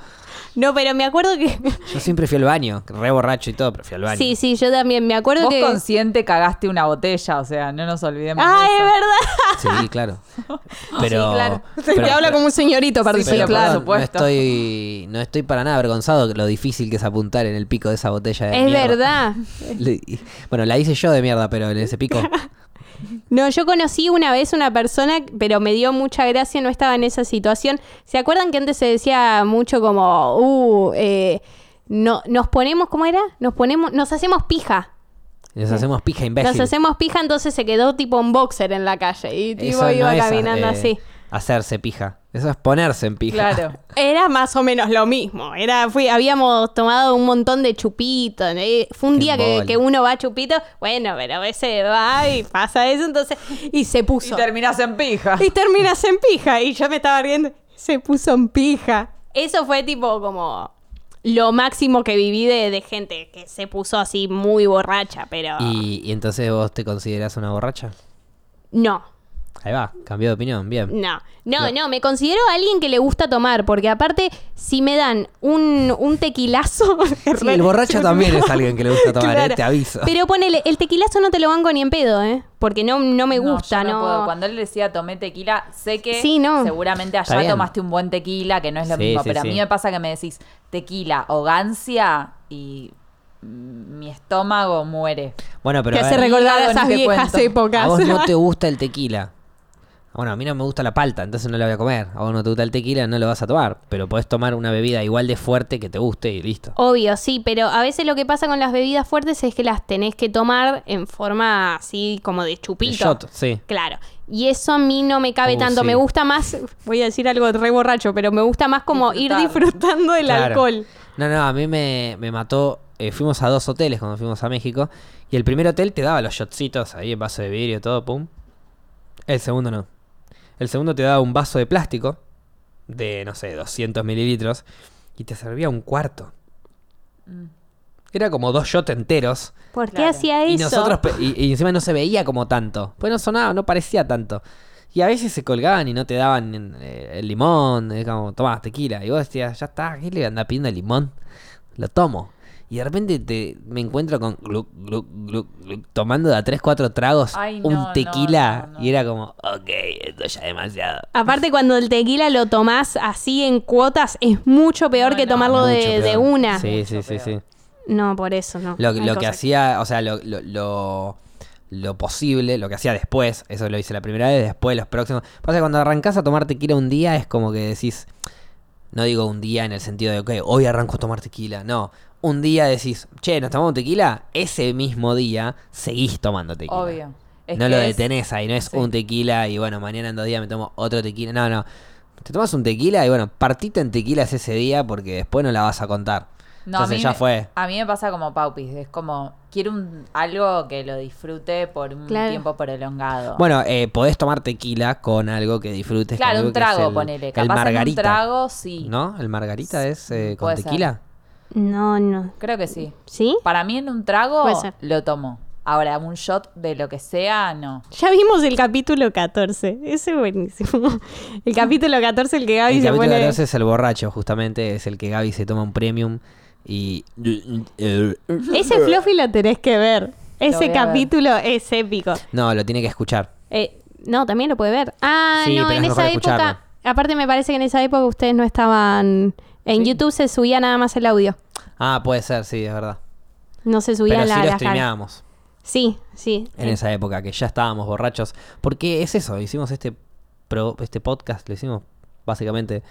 S3: No, pero me acuerdo que.
S1: Yo siempre fui al baño, re borracho y todo, pero fui al baño.
S3: Sí, sí, yo también. Me acuerdo
S2: Vos
S3: que.
S2: consciente cagaste una botella, o sea, no nos olvidemos. de
S3: Ah,
S2: eso.
S3: es verdad.
S1: Sí, claro. Pero,
S2: claro.
S1: pero-
S3: Te habla como un señorito, perdón.
S2: Sí, pero
S1: perdón,
S2: por supuesto.
S1: No estoy, no estoy para nada avergonzado de lo difícil que es apuntar en el pico de esa botella de
S3: Es
S1: Eh, mierda.
S3: verdad.
S1: Le- y- bueno, la hice yo de mierda, pero en ese pico.
S3: No, yo conocí una vez una persona, pero me dio mucha gracia, no estaba en esa situación. ¿Se acuerdan que antes se decía mucho como, uh, eh, no, nos ponemos, ¿cómo era? Nos ponemos, nos hacemos pija.
S1: Nos hacemos pija imbécil.
S3: Nos hacemos pija, entonces se quedó tipo un boxer en la calle y tipo
S1: Eso no
S3: iba
S1: es,
S3: caminando
S1: eh,
S3: así.
S1: Hacerse pija. Eso es ponerse en pija.
S2: Claro.
S3: Era más o menos lo mismo. Era, fui, habíamos tomado un montón de chupitos. eh, Fue un
S1: Qué
S3: día que,
S1: embole.
S3: que uno va a chupito, bueno, pero a veces va y pasa eso, entonces, y se
S2: Y
S3: puso.
S2: terminás en pija.
S3: Y terminas en pija. Y yo me estaba riendo. Se puso en pija. Eso fue tipo como lo máximo que viví de, de gente que se puso así muy borracha, pero
S1: Y, y entonces vos te considerás una borracha.
S3: no.
S1: Ahí va, cambió de opinión, bien.
S3: No, no, no, me considero alguien que le gusta tomar, porque aparte, si me dan un, un tequilazo.
S1: Sí, el borracho también es alguien que le gusta tomar,
S3: Claro.
S1: eh, te aviso.
S3: Pero ponele, el tequilazo no te lo banco ni en pedo, ¿eh? Porque no, no me
S2: No,
S3: gusta,
S2: yo
S3: ¿no?
S2: puedo. Cuando él decía tomé tequila, sé que
S3: Sí, no.
S2: seguramente
S1: Está
S2: allá
S1: bien.
S2: tomaste un buen tequila, que no es lo
S1: Sí,
S2: mismo,
S1: sí,
S2: pero
S1: sí.
S2: a mí me pasa que me decís tequila o gancia y mm, mi estómago muere.
S1: Bueno, pero
S3: Te
S1: a
S3: hace
S1: ver,
S3: recordar a
S2: Hígado,
S3: esas
S2: ni te
S3: viejas
S2: cuento.
S3: épocas.
S1: a vos no te gusta el tequila. Bueno, a mí no me gusta la palta, entonces no la voy a comer. A vos no te gusta el tequila, no lo vas a tomar. Pero podés tomar una bebida igual de fuerte que te guste y listo.
S3: Obvio, sí, pero a veces lo que pasa con las bebidas fuertes es que las tenés que tomar en forma así como de
S1: El
S3: chupito.
S1: shot, sí.
S3: Claro. Y eso a mí no me cabe
S1: Uh,
S3: tanto.
S1: sí.
S3: Me gusta más, voy a decir algo re borracho, pero me gusta más como ir
S2: Disfrutar.
S3: disfrutando del
S1: Claro.
S3: alcohol.
S1: No, no, a mí me, me mató. eh, fuimos a dos hoteles cuando fuimos a México. Y el primer hotel te daba los shotcitos ahí en vaso de vidrio, todo, pum. El segundo no. El segundo te daba un vaso de plástico de, no sé, 200 mililitros. Y te servía un cuarto.
S3: Mm.
S1: Era como dos shots enteros.
S3: ¿Por qué
S2: Claro.
S3: hacía eso?
S1: Y nosotros, pe- y, y encima no se veía como tanto. Pues no sonaba, no parecía tanto. Y a veces se colgaban y no te daban eh, el limón, eh, como tomabas tequila. Y vos decías, ya está, ¿qué le anda pidiendo el limón? Lo tomo. Y de repente te, me encuentro con gluc, gluc, gluc, gluc, tomando de a 3, 4 tragos
S2: Ay, no, no,
S1: un tequila.
S2: no, no.
S1: Y era como, ok, esto ya es demasiado.
S3: Aparte, cuando el tequila lo tomás así en cuotas, es mucho peor
S2: No,
S3: que
S2: no.
S3: tomarlo de,
S1: Mucho peor.
S3: de una.
S1: Sí, sí,
S2: Mucho
S1: sí, sí.
S2: peor.
S3: No, por eso no.
S1: Lo,
S3: Hay
S1: lo que
S3: cosas
S1: hacía, o sea, lo, lo, lo- lo posible, lo que hacía después, eso lo hice la primera vez, después los próximos. Pasa que cuando arrancás a tomar tequila un día es como que decís, no digo un día en el sentido de, ok, hoy arranco a tomar tequila, no. Un día decís, che, ¿nos tomamos tequila? Ese mismo día seguís tomando tequila.
S2: Obvio. Es
S1: no
S2: que
S1: lo
S2: es-
S1: detenés ahí, no es
S2: sí.
S1: un tequila y bueno, mañana en dos días me tomo otro tequila. No, no. Te tomas un tequila y bueno, partita en tequilas ese día porque después no la vas a contar.
S2: No, a
S1: Entonces
S2: mí
S1: ya
S2: me-
S1: fue.
S2: A mí me pasa como Paupis, es como quiero un, algo que lo disfrute por un
S3: Claro.
S2: tiempo prolongado.
S1: Bueno, eh, podés tomar tequila con algo que disfrutes. con
S2: claro,
S1: algo
S2: un
S1: que es
S2: trago,
S1: el-
S2: ponele.
S1: El
S2: Capaz en
S1: margarita.
S2: un trago, sí.
S1: ¿No? ¿El margarita es eh, con
S2: puede ser.
S1: tequila?
S3: que- No, no.
S2: Creo que sí.
S3: ¿Sí?
S2: Para mí en un trago
S3: Puede ser.
S2: lo tomo. Ahora, un shot de lo que sea, no.
S3: Ya vimos el capítulo 14. Ese es buenísimo. El capítulo 14, el que Gaby
S1: el
S3: se
S1: capítulo
S3: pone.
S1: de es el borracho, justamente. Es el que Gaby se toma un premium y...
S3: Ese Fluffy lo tenés que ver.
S2: voy a
S3: Ese
S2: ver.
S3: capítulo es épico.
S1: No, lo tiene que escuchar.
S3: Eh, no, también lo puede ver. Ah,
S1: Sí,
S3: no,
S1: pero
S3: en
S1: es mejor
S3: esa época.
S1: escucharlo.
S3: Aparte, me parece que en esa época ustedes no estaban. En YouTube se subía nada más el audio.
S1: Ah, puede ser, sí, es verdad.
S3: No se subía
S1: Pero
S3: la,
S1: sí lo
S3: la cara.
S1: streameábamos
S3: Sí, sí.
S1: en esa época, que ya estábamos borrachos. Porque es eso, hicimos este, pro- este podcast, lo hicimos básicamente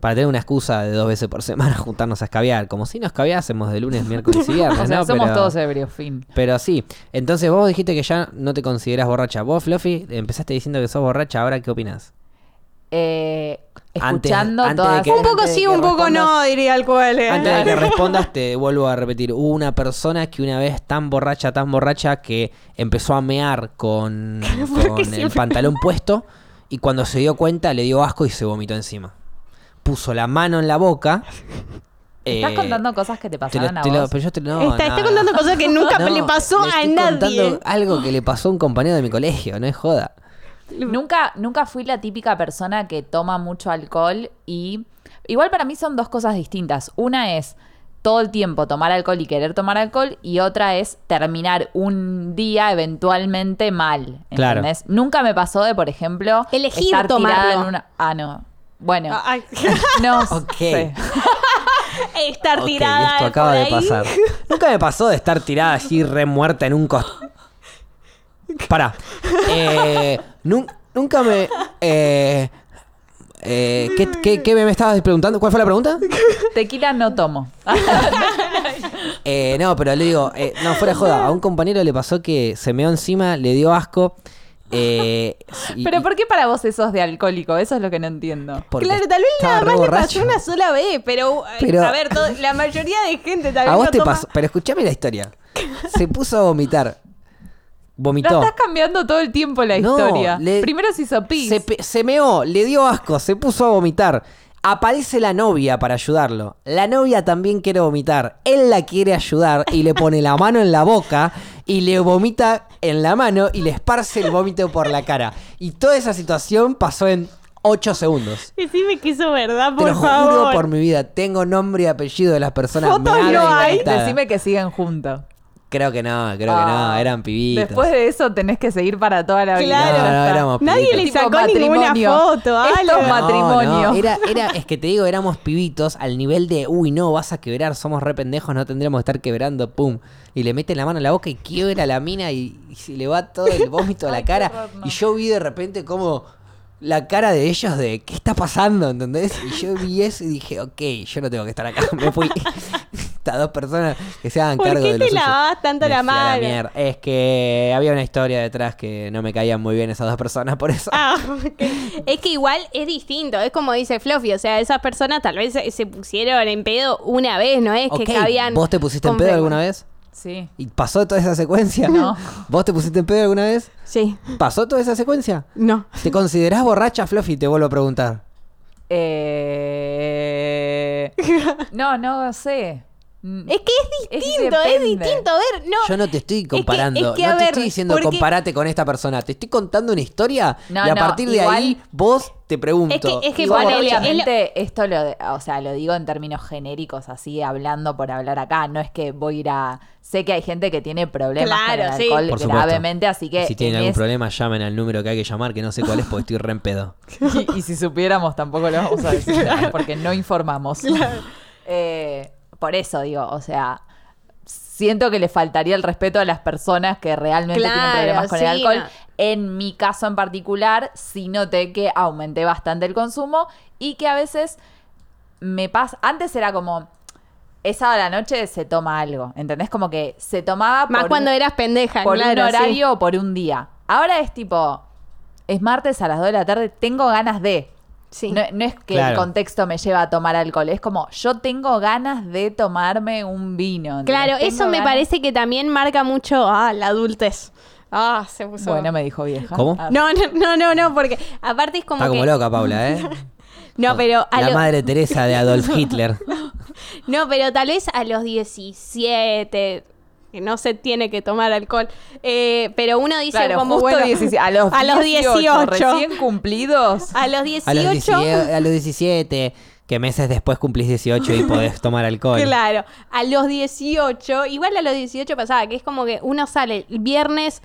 S1: Para tener una excusa de dos veces por semana juntarnos a escabiar. Como si nos escabiásemos de lunes, miércoles y viernes,
S2: O sea,
S1: ¿no?
S2: somos
S1: Pero-
S2: todos eh. ebrios, fin.
S1: Pero sí, entonces vos dijiste que ya no te consideras borracha. Vos, Fluffy, empezaste diciendo que sos borracha, ahora qué opinás?
S2: Eh,
S1: Antes-
S2: escuchando
S1: antes de
S2: todas...
S1: que-
S3: Un poco
S2: antes de
S3: sí,
S2: que
S3: un poco
S2: respondas-
S3: no, diría el cual. eh.
S1: Antes de que respondas, te vuelvo a repetir. Hubo una persona que una vez tan borracha, tan borracha, que empezó a mear con,
S3: Porque
S1: con el
S3: siempre-
S1: pantalón puesto y cuando se dio cuenta le dio asco y se vomitó encima. Puso la mano en la boca.
S2: Estás
S1: eh,
S2: contando cosas que te
S1: te lo-
S2: pasaron
S1: te
S2: a
S1: lo-
S2: vos.
S1: pero yo te lo- no,
S3: está, está
S1: nada.
S3: contando cosas que nunca
S1: No,
S3: le pasó
S1: le
S3: a
S1: estoy
S3: nadie.
S1: contando Algo que le pasó a un compañero de mi colegio, no es joda.
S2: Nunca, nunca fui la típica persona que toma mucho alcohol y igual para mí son dos cosas distintas. Una es todo el tiempo tomar alcohol y querer tomar alcohol y otra es terminar un día eventualmente mal.
S1: Claro.
S2: ¿Entendés? Nunca me pasó de, por ejemplo,
S3: Elegir
S2: estar tirada
S3: tomarlo.
S2: en una- Ah, no. Bueno,
S3: Ah, ay.
S2: no
S1: Ok.
S2: sé.
S3: Estar
S1: Ok,
S3: tirada.
S1: esto
S3: por
S1: acaba de
S3: ahí.
S1: pasar. Nunca me pasó de estar tirada así re muerta en un costo. Pará. Eh, nun- nunca me. eh, eh, ¿qué, qué, qué me estabas preguntando? ¿Cuál fue la pregunta?
S2: Tequila no tomo.
S1: Eh, no, pero le digo, eh, no, fuera de joda. A un compañero le pasó que se meó encima, le dio asco. eh, y-
S2: Pero
S1: y-
S2: ¿por qué para vos eso es de alcohólico? Eso es lo que no entiendo.
S1: porque
S3: claro, tal vez
S1: estaba
S3: nada
S1: re
S3: más
S1: borracho.
S3: le pasó una sola vez, pero, eh,
S1: Pero-
S3: a ver, todo- la mayoría de gente tal vez
S1: A vos
S3: no
S1: te
S3: toma-
S1: pasó. Pero escuchame la historia. Se puso a vomitar.
S2: La
S1: Vomitó.
S2: estás cambiando todo el tiempo la
S1: No,
S2: historia.
S1: le-
S2: Primero se hizo pis.
S1: Se, pe- se meó, le dio asco, se puso a vomitar. Aparece la novia para ayudarlo. La novia también quiere vomitar. Él la quiere ayudar y le pone la mano en la boca y le vomita en la mano y le esparce el vómito por la cara. Y toda esa situación pasó en 8 segundos.
S3: Decime que eso es verdad,
S1: Te
S3: por
S1: lo
S3: favor.
S1: juro por mi vida. Tengo nombre y apellido de las personas.
S3: Fotos
S1: meadas
S3: no
S1: y
S3: hay.
S1: vomitadas.
S2: Decime que siguen juntos.
S1: Creo que no, creo que no.
S2: Ah.
S1: Eran pibitos.
S2: Después de eso tenés que seguir para toda la vida.
S3: Claro.
S1: No, no,
S2: Ya está.
S1: éramos
S3: Nadie
S1: pibitos.
S3: le
S2: Tipo
S3: sacó
S2: matrimonio.
S3: ninguna
S2: Esto
S3: foto,
S2: es
S3: algo.
S2: ma- matrimonio.
S1: era, era, es que te digo, éramos pibitos al nivel de, uy, no, vas a quebrar, somos re pendejos, no tendríamos que estar quebrando, pum. Y le mete la mano en la boca y quiebra la mina y, y se le va todo el vómito a la
S2: Ay, qué
S1: cara.
S2: horror, no.
S1: Y yo vi de repente como la cara de ellos de, ¿qué está pasando? ¿Entendés? Y yo vi eso y dije, ok, yo no tengo que estar acá, me fui. Estas dos personas que se hagan
S3: ¿Por
S1: cargo
S3: qué
S1: de lo
S3: te
S1: suyo.
S3: lavabas tanto
S1: Me
S3: la
S1: fui a
S3: mano?
S1: mierda. Es que había una historia detrás que no me caían muy bien esas dos personas, por eso.
S3: Ah, ok. Es que igual es distinto, es como dice Fluffy, o sea, esas personas tal vez se, se pusieron en pedo una vez, no es
S1: Ok,
S3: que cabían...
S1: ¿Vos te pusiste en
S3: con
S1: pedo
S3: frecu-
S1: alguna vez?
S2: Sí.
S1: ¿Y pasó toda esa secuencia?
S2: No.
S1: ¿Vos te pusiste en pedo alguna vez?
S3: Sí,
S1: ¿Pasó toda esa secuencia?
S3: no.
S1: ¿Te considerás borracha, Fluffy? Te vuelvo a preguntar.
S2: Eh... No, no sé. Mm,
S3: Es que
S2: Es
S3: es distinto, es,
S2: depende.
S3: distinto, a ver, no...
S1: Yo no te estoy
S3: que-
S1: comparando.
S3: es que,
S1: no
S3: a
S1: te
S3: ver,
S1: estoy diciendo
S3: porque-
S1: comparate con esta persona. Te estoy contando una historia
S2: No,
S1: y a
S2: no,
S1: partir de
S2: igual-
S1: ahí vos te pregunto.
S3: Es que
S2: Igual
S3: ponele,
S2: obviamente esto lo, de- o sea, lo digo en términos genéricos, así hablando por hablar acá. No es que voy a ir a. Sé que hay gente que tiene problemas
S3: Claro,
S2: con el
S3: sí.
S2: alcohol
S1: Por supuesto.
S2: gravemente, así que.
S1: si tienen
S2: en
S1: algún
S2: es-
S1: problema, llamen al número que hay que llamar, que no sé cuál es porque estoy re en pedo.
S2: Y, y si supiéramos tampoco lo vamos a decir, porque no informamos. Eh, por eso digo, o sea, siento que le faltaría el respeto a las personas que realmente tienen
S3: Claro,
S2: problemas con el
S3: sí,
S2: alcohol.
S3: no.
S2: En mi caso en particular, sí noté que aumenté bastante el consumo y que a veces me pasa, antes era como... Esa de la noche se toma algo, ¿entendés? Como que se tomaba
S3: Más
S2: por
S3: cuando
S2: un-
S3: eras pendeja,
S2: por
S3: claro,
S2: un
S3: sí.
S2: horario o por un día. Ahora es tipo, es martes a las 2 de la tarde, tengo ganas de.
S3: Sí.
S2: No, no es que el
S1: Claro.
S2: contexto me lleva a tomar alcohol, es como yo tengo ganas de tomarme un vino. ¿entendés?
S3: Claro,
S2: Tengo
S3: eso me
S2: ganas-
S3: parece que también marca mucho ah, la adultez. Ah, se puso...
S2: Bueno, me dijo vieja.
S1: ¿Cómo?
S2: Ah,
S3: No, no, no, no, no, porque aparte es como
S1: Está como
S3: que-
S1: loca, Paula, ¿eh?
S3: No, pero a
S1: La
S3: lo-
S1: madre Teresa de Adolf Hitler.
S3: no, pero tal vez a los 17 que no se tiene que tomar alcohol, eh, pero uno dice
S2: claro,
S3: como
S2: justo
S3: bueno,
S2: 17 a los,
S3: a los
S2: 18,
S3: 18.
S2: recién cumplidos.
S3: a los
S1: A los,
S3: 18,
S1: 18 a los 17, que meses después cumplís 18 y podés tomar alcohol.
S3: claro, a los 18, igual a los 18 pasaba que es como que uno sale el viernes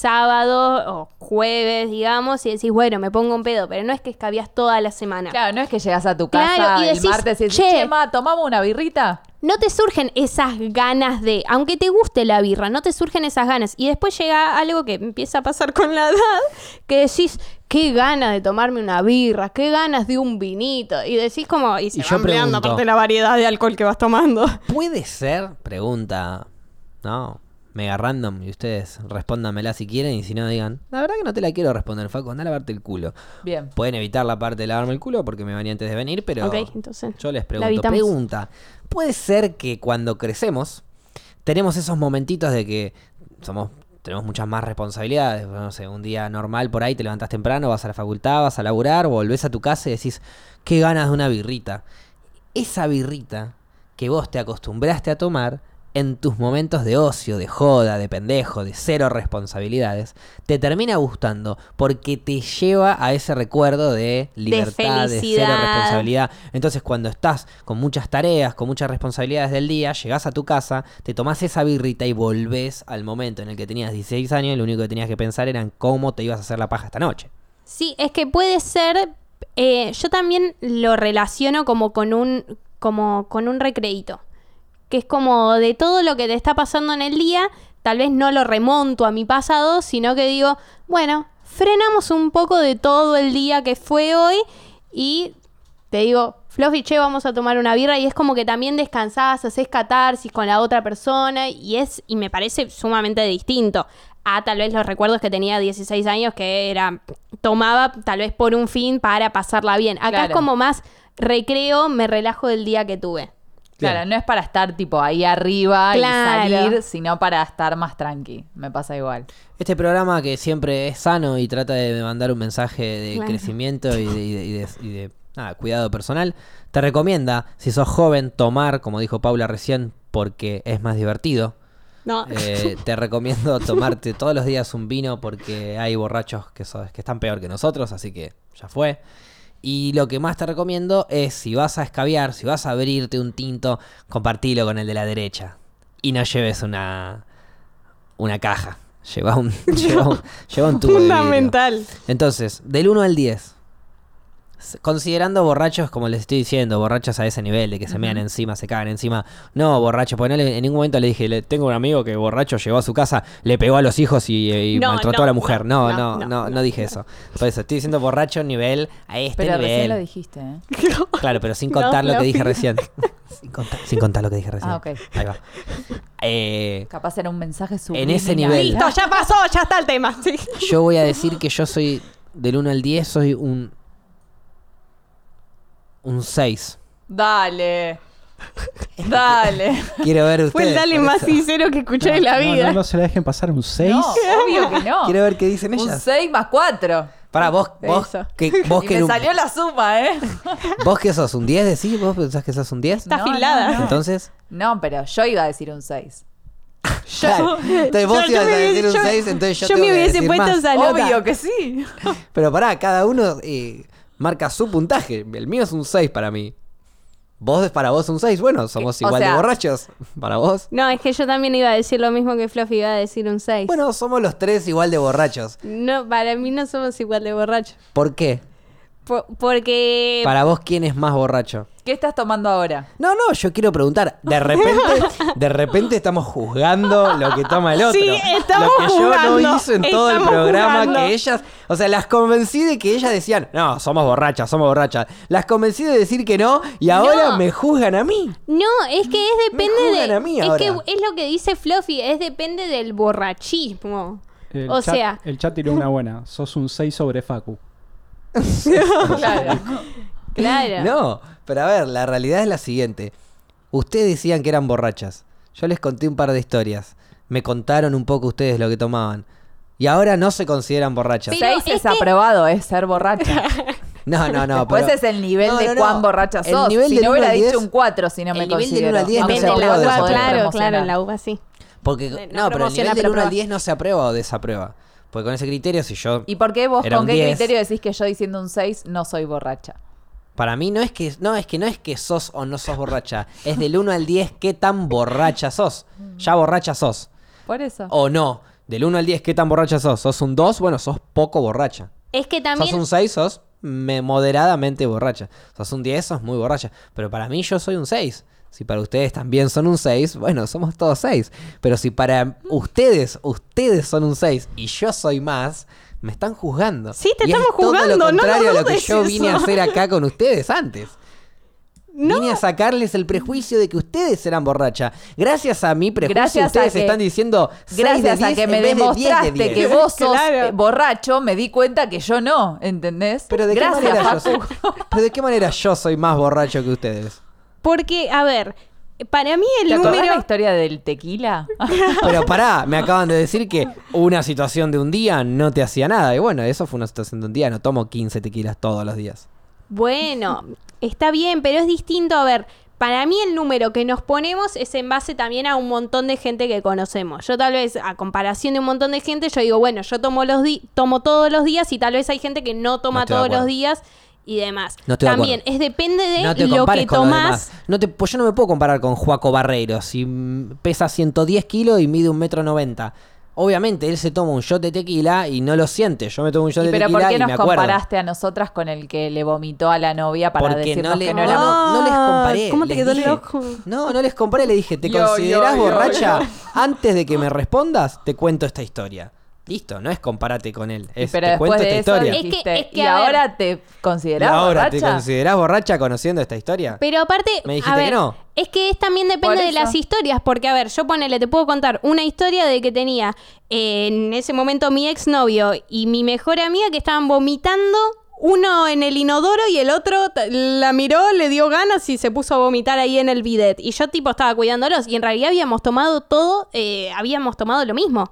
S3: sábado o jueves, digamos, y decís, bueno, me pongo un pedo, pero no es que escabías toda la semana.
S2: Claro, no es que llegas a tu casa
S3: Claro, y
S2: el
S3: decís,
S2: martes y dices,
S3: "Che".
S2: che, ma, tomamos una birrita.
S3: no te surgen esas ganas de, aunque te guste la birra, no te surgen esas ganas. Y después llega algo que empieza a pasar con la edad, que decís, qué ganas de tomarme una birra, qué ganas de un vinito. Y decís como, y se
S1: Y
S3: va
S1: yo
S3: ampliando
S1: pregunto.
S3: aparte la variedad de alcohol que vas tomando.
S1: ¿Puede ser? Pregunta. No. Mega random. Y ustedes respóndanmela si quieren. Y si no, digan. La verdad que no te la quiero responder, Facu. Anda a lavarte el culo.
S2: Bien.
S1: Pueden evitar la parte de lavarme el culo porque me bañé antes de venir, pero.
S3: Ok, entonces,
S1: Yo les
S3: la
S1: pregunto.
S3: evitamos.
S1: Pregunta. ¿Puede ser que cuando crecemos tenemos esos momentitos de que somos. Tenemos muchas más responsabilidades. No sé, un día normal por ahí te levantás temprano, vas a la facultad, vas a laburar, volvés a tu casa y decís, qué ganas de una birrita esa birrita que vos te acostumbraste a tomar en tus momentos de ocio, de joda, de pendejo, de cero responsabilidades, te termina gustando porque te lleva a ese recuerdo de libertad, de, cero
S3: felicidad.
S1: responsabilidad. Entonces cuando estás con muchas tareas, con muchas responsabilidades del día, llegás a tu casa, te tomás esa birrita y volvés al momento en el que tenías 16 años y lo único que tenías que pensar era en cómo te ibas a hacer la paja esta noche.
S3: Sí, es que puede ser. eh, yo también lo relaciono como con un. como con un recreíto. Que es como de todo lo que te está pasando en el día, tal vez no lo remonto a mi pasado, sino que digo, bueno, frenamos un poco de todo el día que fue hoy y te digo, Fluffy, che, vamos a tomar una birra y es como que también descansás, haces catarsis con la otra persona y es, y me parece sumamente distinto a tal vez los recuerdos que tenía 16 años que era, tomaba tal vez por un fin para pasarla bien. Acá
S2: Claro.
S3: es como más recreo, me relajo del día que tuve.
S2: Claro, no es para estar tipo ahí arriba
S3: Claro.
S2: y salir, sino para estar más tranqui. Me pasa igual.
S1: Este programa que siempre es sano y trata de mandar un mensaje de
S3: Claro.
S1: crecimiento y de, y de- y de- y de, nada, cuidado personal, te recomienda, si sos joven, tomar, como dijo Paula recién, porque es más divertido.
S3: No.
S1: Eh, te recomiendo tomarte todos los días un vino porque hay borrachos que, so- que están peor que nosotros, así que ya fue. Y lo que más te recomiendo es si vas a escabiar, si vas a abrirte un tinto, compartilo con el de la derecha. Y no lleves una, una caja. Lleva un, lleva un, lleva un tubo. de vidrio.
S3: Fundamental.
S1: Entonces, del 1 al 10. S- Considerando borrachos, como les estoy diciendo, borrachos a ese nivel, de que se mean encima, se cagan encima. No, borrachos, porque no le- en ningún momento le dije, le, tengo un amigo que borracho llegó a su casa, le pegó a los hijos y, eh, y
S3: No,
S1: maltrató
S3: no,
S1: a la mujer. No, no, no, no,
S3: no,
S1: dije eso. Por eso, estoy diciendo borracho nivel a este
S2: Pero recién
S1: nivel.
S2: lo dijiste, ¿eh?
S1: Claro, pero sin
S3: No,
S1: contar lo
S3: la
S1: que dije
S3: opinión.
S1: recién. sin, contar, sin contar lo que dije recién.
S2: Ah, ok.
S1: Ahí va. Eh,
S2: Capaz era un mensaje subliminal.
S1: En ese nivel.
S3: Listo, ya pasó, ya está el tema. Sí.
S1: Yo voy a decir que yo soy del 1 al 10, soy un. Un 6.
S2: Dale. Dale.
S1: Quiero ver ustedes.
S3: Fue el dale
S1: por
S3: más
S1: eso.
S3: sincero que escuché en la
S4: No,
S3: vida.
S4: No, no se la dejen pasar un 6.
S2: No, obvio que no.
S1: Quiero ver qué dicen
S2: un
S1: ellas.
S2: 6 más 4.
S1: Pará, vos, vos,
S3: Eso.
S1: que, vos,
S2: Y
S1: que
S2: me
S1: un-
S2: salió la suma, ¿eh?
S1: vos que sos un 10, decís, vos pensás que sos un 10.
S3: Está
S2: No,
S3: afilada.
S2: no, no.
S1: Entonces,
S2: No, pero yo iba a decir un 6.
S1: claro. entonces vos
S3: yo- yo
S1: ibas a
S3: me
S1: decir un
S3: hubiese-
S1: 6, entonces yo,
S3: yo me
S1: tengo que
S3: hubiese
S1: decir
S3: puesto
S1: más.
S3: esa nota.
S2: Obvio que sí.
S1: Pero pará, cada uno eh, marca su puntaje. El mío es un 6 para mí. Vos, para vos un 6, bueno, somos
S2: o
S1: igual de
S2: sea-
S1: borrachos. Para vos.
S3: No, es que yo también iba a decir lo mismo que Fluffy, iba a decir un 6.
S1: Bueno, somos los tres igual de borrachos.
S3: No, para mí no somos igual de borrachos.
S1: ¿Por qué?
S3: Po-
S2: Eh,
S3: porque...
S1: Para vos, ¿quién es más borracho?
S2: ¿Qué estás tomando ahora?
S1: No, no, yo quiero preguntar. De repente, de repente estamos juzgando lo que toma el otro.
S3: Sí, estamos
S1: lo que yo no
S3: juzgando,
S1: hice en todo el
S3: estamos
S1: programa
S3: juzgando.
S1: que ellas. O sea, las convencí de que ellas decían, no, somos borrachas, somos borrachas. Las convencí de decir que no y ahora
S3: No.
S1: me juzgan a mí.
S3: No, es que es depende
S1: juzgan
S3: de...
S1: a mí
S3: es
S1: ahora.
S3: que es lo que dice Fluffy, es depende del borrachismo.
S4: El
S3: o
S4: chat-
S3: sea,
S4: El chat tiró una buena. Sos un 6 sobre Facu.
S2: Claro.
S3: claro.
S1: No, pero a ver, la realidad es la siguiente. Ustedes decían que eran borrachas. Yo les conté un par de historias. Me contaron un poco ustedes lo que tomaban. Y ahora no se consideran borrachas.
S3: Pero
S2: 6
S3: es
S2: es
S3: que-
S2: aprobado, es ser borracha.
S1: No, no, no.
S3: Pues
S2: Después
S1: pero-
S2: es el nivel
S1: No,
S2: de
S1: no, no.
S2: cuán borracha
S1: El
S2: sos.
S1: nivel
S2: si
S1: del
S2: no
S1: uno
S2: hubiera
S1: al
S2: dicho
S1: diez-
S2: un 4 si no
S1: el
S2: me
S1: nivel del
S2: considero.
S1: uno al diez no
S2: Aunque
S1: se
S3: Depende
S2: sea
S3: de
S1: aprueba
S3: la
S1: o
S2: borracha,
S3: uva,
S1: desaprueba.
S2: podés
S3: claro, claro,
S2: promocionar.
S3: la uva sí.
S1: Porque,
S3: No,
S1: no, pero el
S3: promociona,
S1: nivel del 1 al
S3: preprueba.
S1: 10 no se aprueba o desaprueba. Porque con ese criterio, si yo.
S2: ¿Y por qué vos,
S1: Era
S2: con
S1: un
S2: qué
S1: 10.
S2: criterio decís que yo diciendo un 6 no soy borracha?
S1: Para mí no es que no es que no es que sos o no sos borracha. Es del 1 al 10 qué tan borracha sos. Ya borracha sos.
S2: Por eso.
S1: O no. Del 1 al 10 qué tan borracha sos. ¿Sos un 2? Bueno, sos poco borracha.
S3: Es que también...
S1: ¿Sos un 6? Sos me- moderadamente borracha. Sos un 10, sos muy borracha. Pero para mí yo soy un 6. Si para ustedes también son un 6, bueno, somos todos 6. Pero si para ustedes, ustedes son un 6 y yo soy más, me están juzgando.
S3: Sí, te
S1: Y es
S3: estamos
S1: Todo
S3: juzgando,
S1: lo
S3: no
S1: contrario a lo que
S3: dudes
S1: yo vine a
S3: eso.
S1: hacer acá con ustedes antes.
S3: No.
S1: Vine a sacarles el prejuicio de que ustedes eran borracha. Gracias a mi prejuicio,
S2: Gracias a
S1: ustedes
S2: que-
S1: están diciendo 6
S2: Gracias a que me demostraste que vos sos
S3: Claro.
S2: eh, borracho, me di cuenta que yo no, ¿entendés?
S1: Pero de
S2: Gracias,
S1: qué manera yo soy,
S2: Facu.
S1: pero de qué manera yo soy más borracho que ustedes.
S3: Porque, a ver, para mí el
S2: ¿Te acordás la
S3: número.
S2: historia del tequila?
S1: Pero pará, me acaban de decir que una situación de un día no te hacía nada. Y bueno, eso fue una situación de un día. No tomo 15 tequilas todos los días.
S3: Bueno, está bien, pero es distinto. A ver, para mí el número que nos ponemos es en base también a un montón de gente que conocemos. Yo tal vez, a comparación de un montón de gente, yo digo, bueno, yo tomo, los di- tomo todos los días y tal vez hay gente que no
S1: No
S3: toma
S1: estoy de
S3: todos
S1: acuerdo.
S3: los días y demás.
S1: No estoy de
S3: también,
S1: acuerdo.
S3: es depende de
S1: No te
S3: lo
S1: compares
S3: que
S1: con los demás.
S3: tomás.
S1: No te, pues yo no me puedo comparar con Juaco Barreiro. Si mm, pesa 110 kilos y mide un metro 90. Obviamente, él se toma un shot de tequila y no lo siente. Yo me tomo un shot de
S2: pero
S1: tequila
S2: ¿por qué
S1: y
S2: nos
S1: me acuerdo.
S2: comparaste a nosotras con el que le vomitó a la novia para
S1: Porque
S2: decirnos
S1: no le-
S2: que no éramos?
S1: no, no les comparé.
S3: ¿Cómo te
S1: les
S3: quedó el
S1: dije-
S3: ojo?
S1: No, no les comparé. Le dije, ¿te
S2: Yo,
S1: considerás
S2: yo, yo,
S1: borracha? Antes de que me respondas, te cuento esta historia. Listo, no es comparate con él. Es,
S2: pero
S1: te
S2: después
S1: cuento esta
S2: de eso
S1: historia.
S3: Es que-
S2: dijiste,
S3: es que,
S2: ¿y
S3: a ver-
S2: ahora te
S1: ¿Y
S2: considerás
S1: ahora te
S2: borracha?"
S1: considerás borracha conociendo esta historia?
S3: Pero aparte,
S1: Me dijiste
S3: a
S1: que
S3: ver,
S1: no.
S3: es que es también depende
S2: Por
S3: de las
S2: eso.
S3: historias, porque a ver, yo ponele, te puedo contar una historia de que tenía eh, en ese momento mi exnovio y mi mejor amiga que estaban vomitando, uno en el inodoro y el otro t- la miró, le dio ganas y se puso a vomitar ahí en el bidet. Y yo tipo estaba cuidándolos y en realidad habíamos tomado todo, eh, habíamos tomado lo mismo.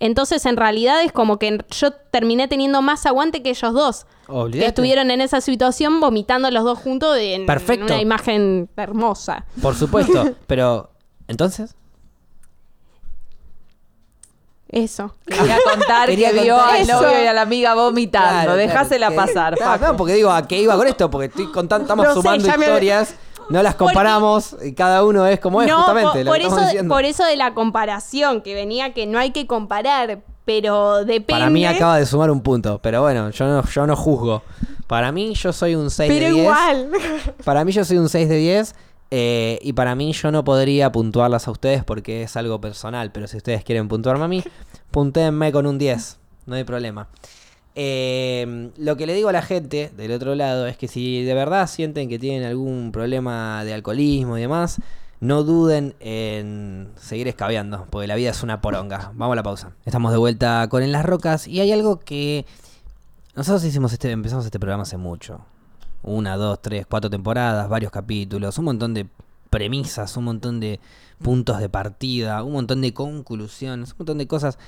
S3: Entonces, en realidad es como que en- yo terminé teniendo más aguante que ellos dos.
S1: Olvídate.
S3: Que estuvieron en esa situación vomitando los dos juntos en
S1: Perfecto.
S3: una imagen hermosa.
S1: Por supuesto, pero... ¿Entonces?
S3: Eso.
S2: Quería contar
S1: Quería
S2: que vio
S1: contar
S2: al
S1: eso.
S2: novio y a la amiga vomitando.
S1: Claro,
S2: Dejásela
S1: claro, que-
S2: pasar,
S1: Claro,
S2: Facu.
S1: claro, porque digo, ¿a qué iba con esto? Porque estoy contando, estamos
S3: No sé,
S1: sumando
S3: ya me-
S1: historias, no las comparamos, y cada uno es como es,
S3: No,
S1: justamente.
S3: por,
S1: lo
S3: por
S1: que estamos
S3: eso,
S1: diciendo.
S3: por eso de la comparación que venía que no hay que comparar, pero depende.
S1: Para mí acaba de sumar un punto, pero bueno, yo no, yo no juzgo. Para mí yo soy un 6 de
S3: Pero
S1: 10.
S3: igual.
S1: Para mí yo soy un 6 de 10 eh, y para mí yo no podría puntuarlas a ustedes porque es algo personal, pero si ustedes quieren puntuarme a mí, puntéenme con un 10, no hay problema. Eh, lo que le digo a la gente del otro lado es que si de verdad sienten que tienen algún problema de alcoholismo y demás, no duden en seguir escabeando, porque la vida es una poronga. Vamos a la pausa. Estamos de vuelta con En las Rocas y hay algo que nosotros hicimos este, empezamos este programa hace mucho. Una, dos, tres, cuatro temporadas, varios capítulos, un montón de premisas, un montón de puntos de partida, un montón de conclusiones, un montón de cosas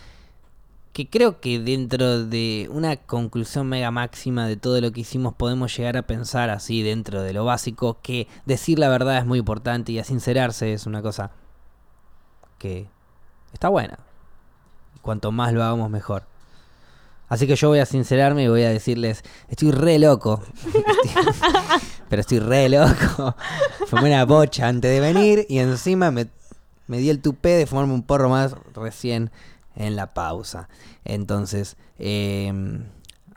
S1: que creo que dentro de una conclusión mega máxima de todo lo que hicimos podemos llegar a pensar así dentro de lo básico que decir la verdad es muy importante y a sincerarse es una cosa que está buena. Cuanto más lo hagamos mejor. Así que yo voy a sincerarme y voy a decirles, estoy re loco. Estoy- Pero estoy re loco. Fumé una bocha antes de venir y encima me, me di el tupé de fumarme un porro más recién en la pausa. Entonces, eh,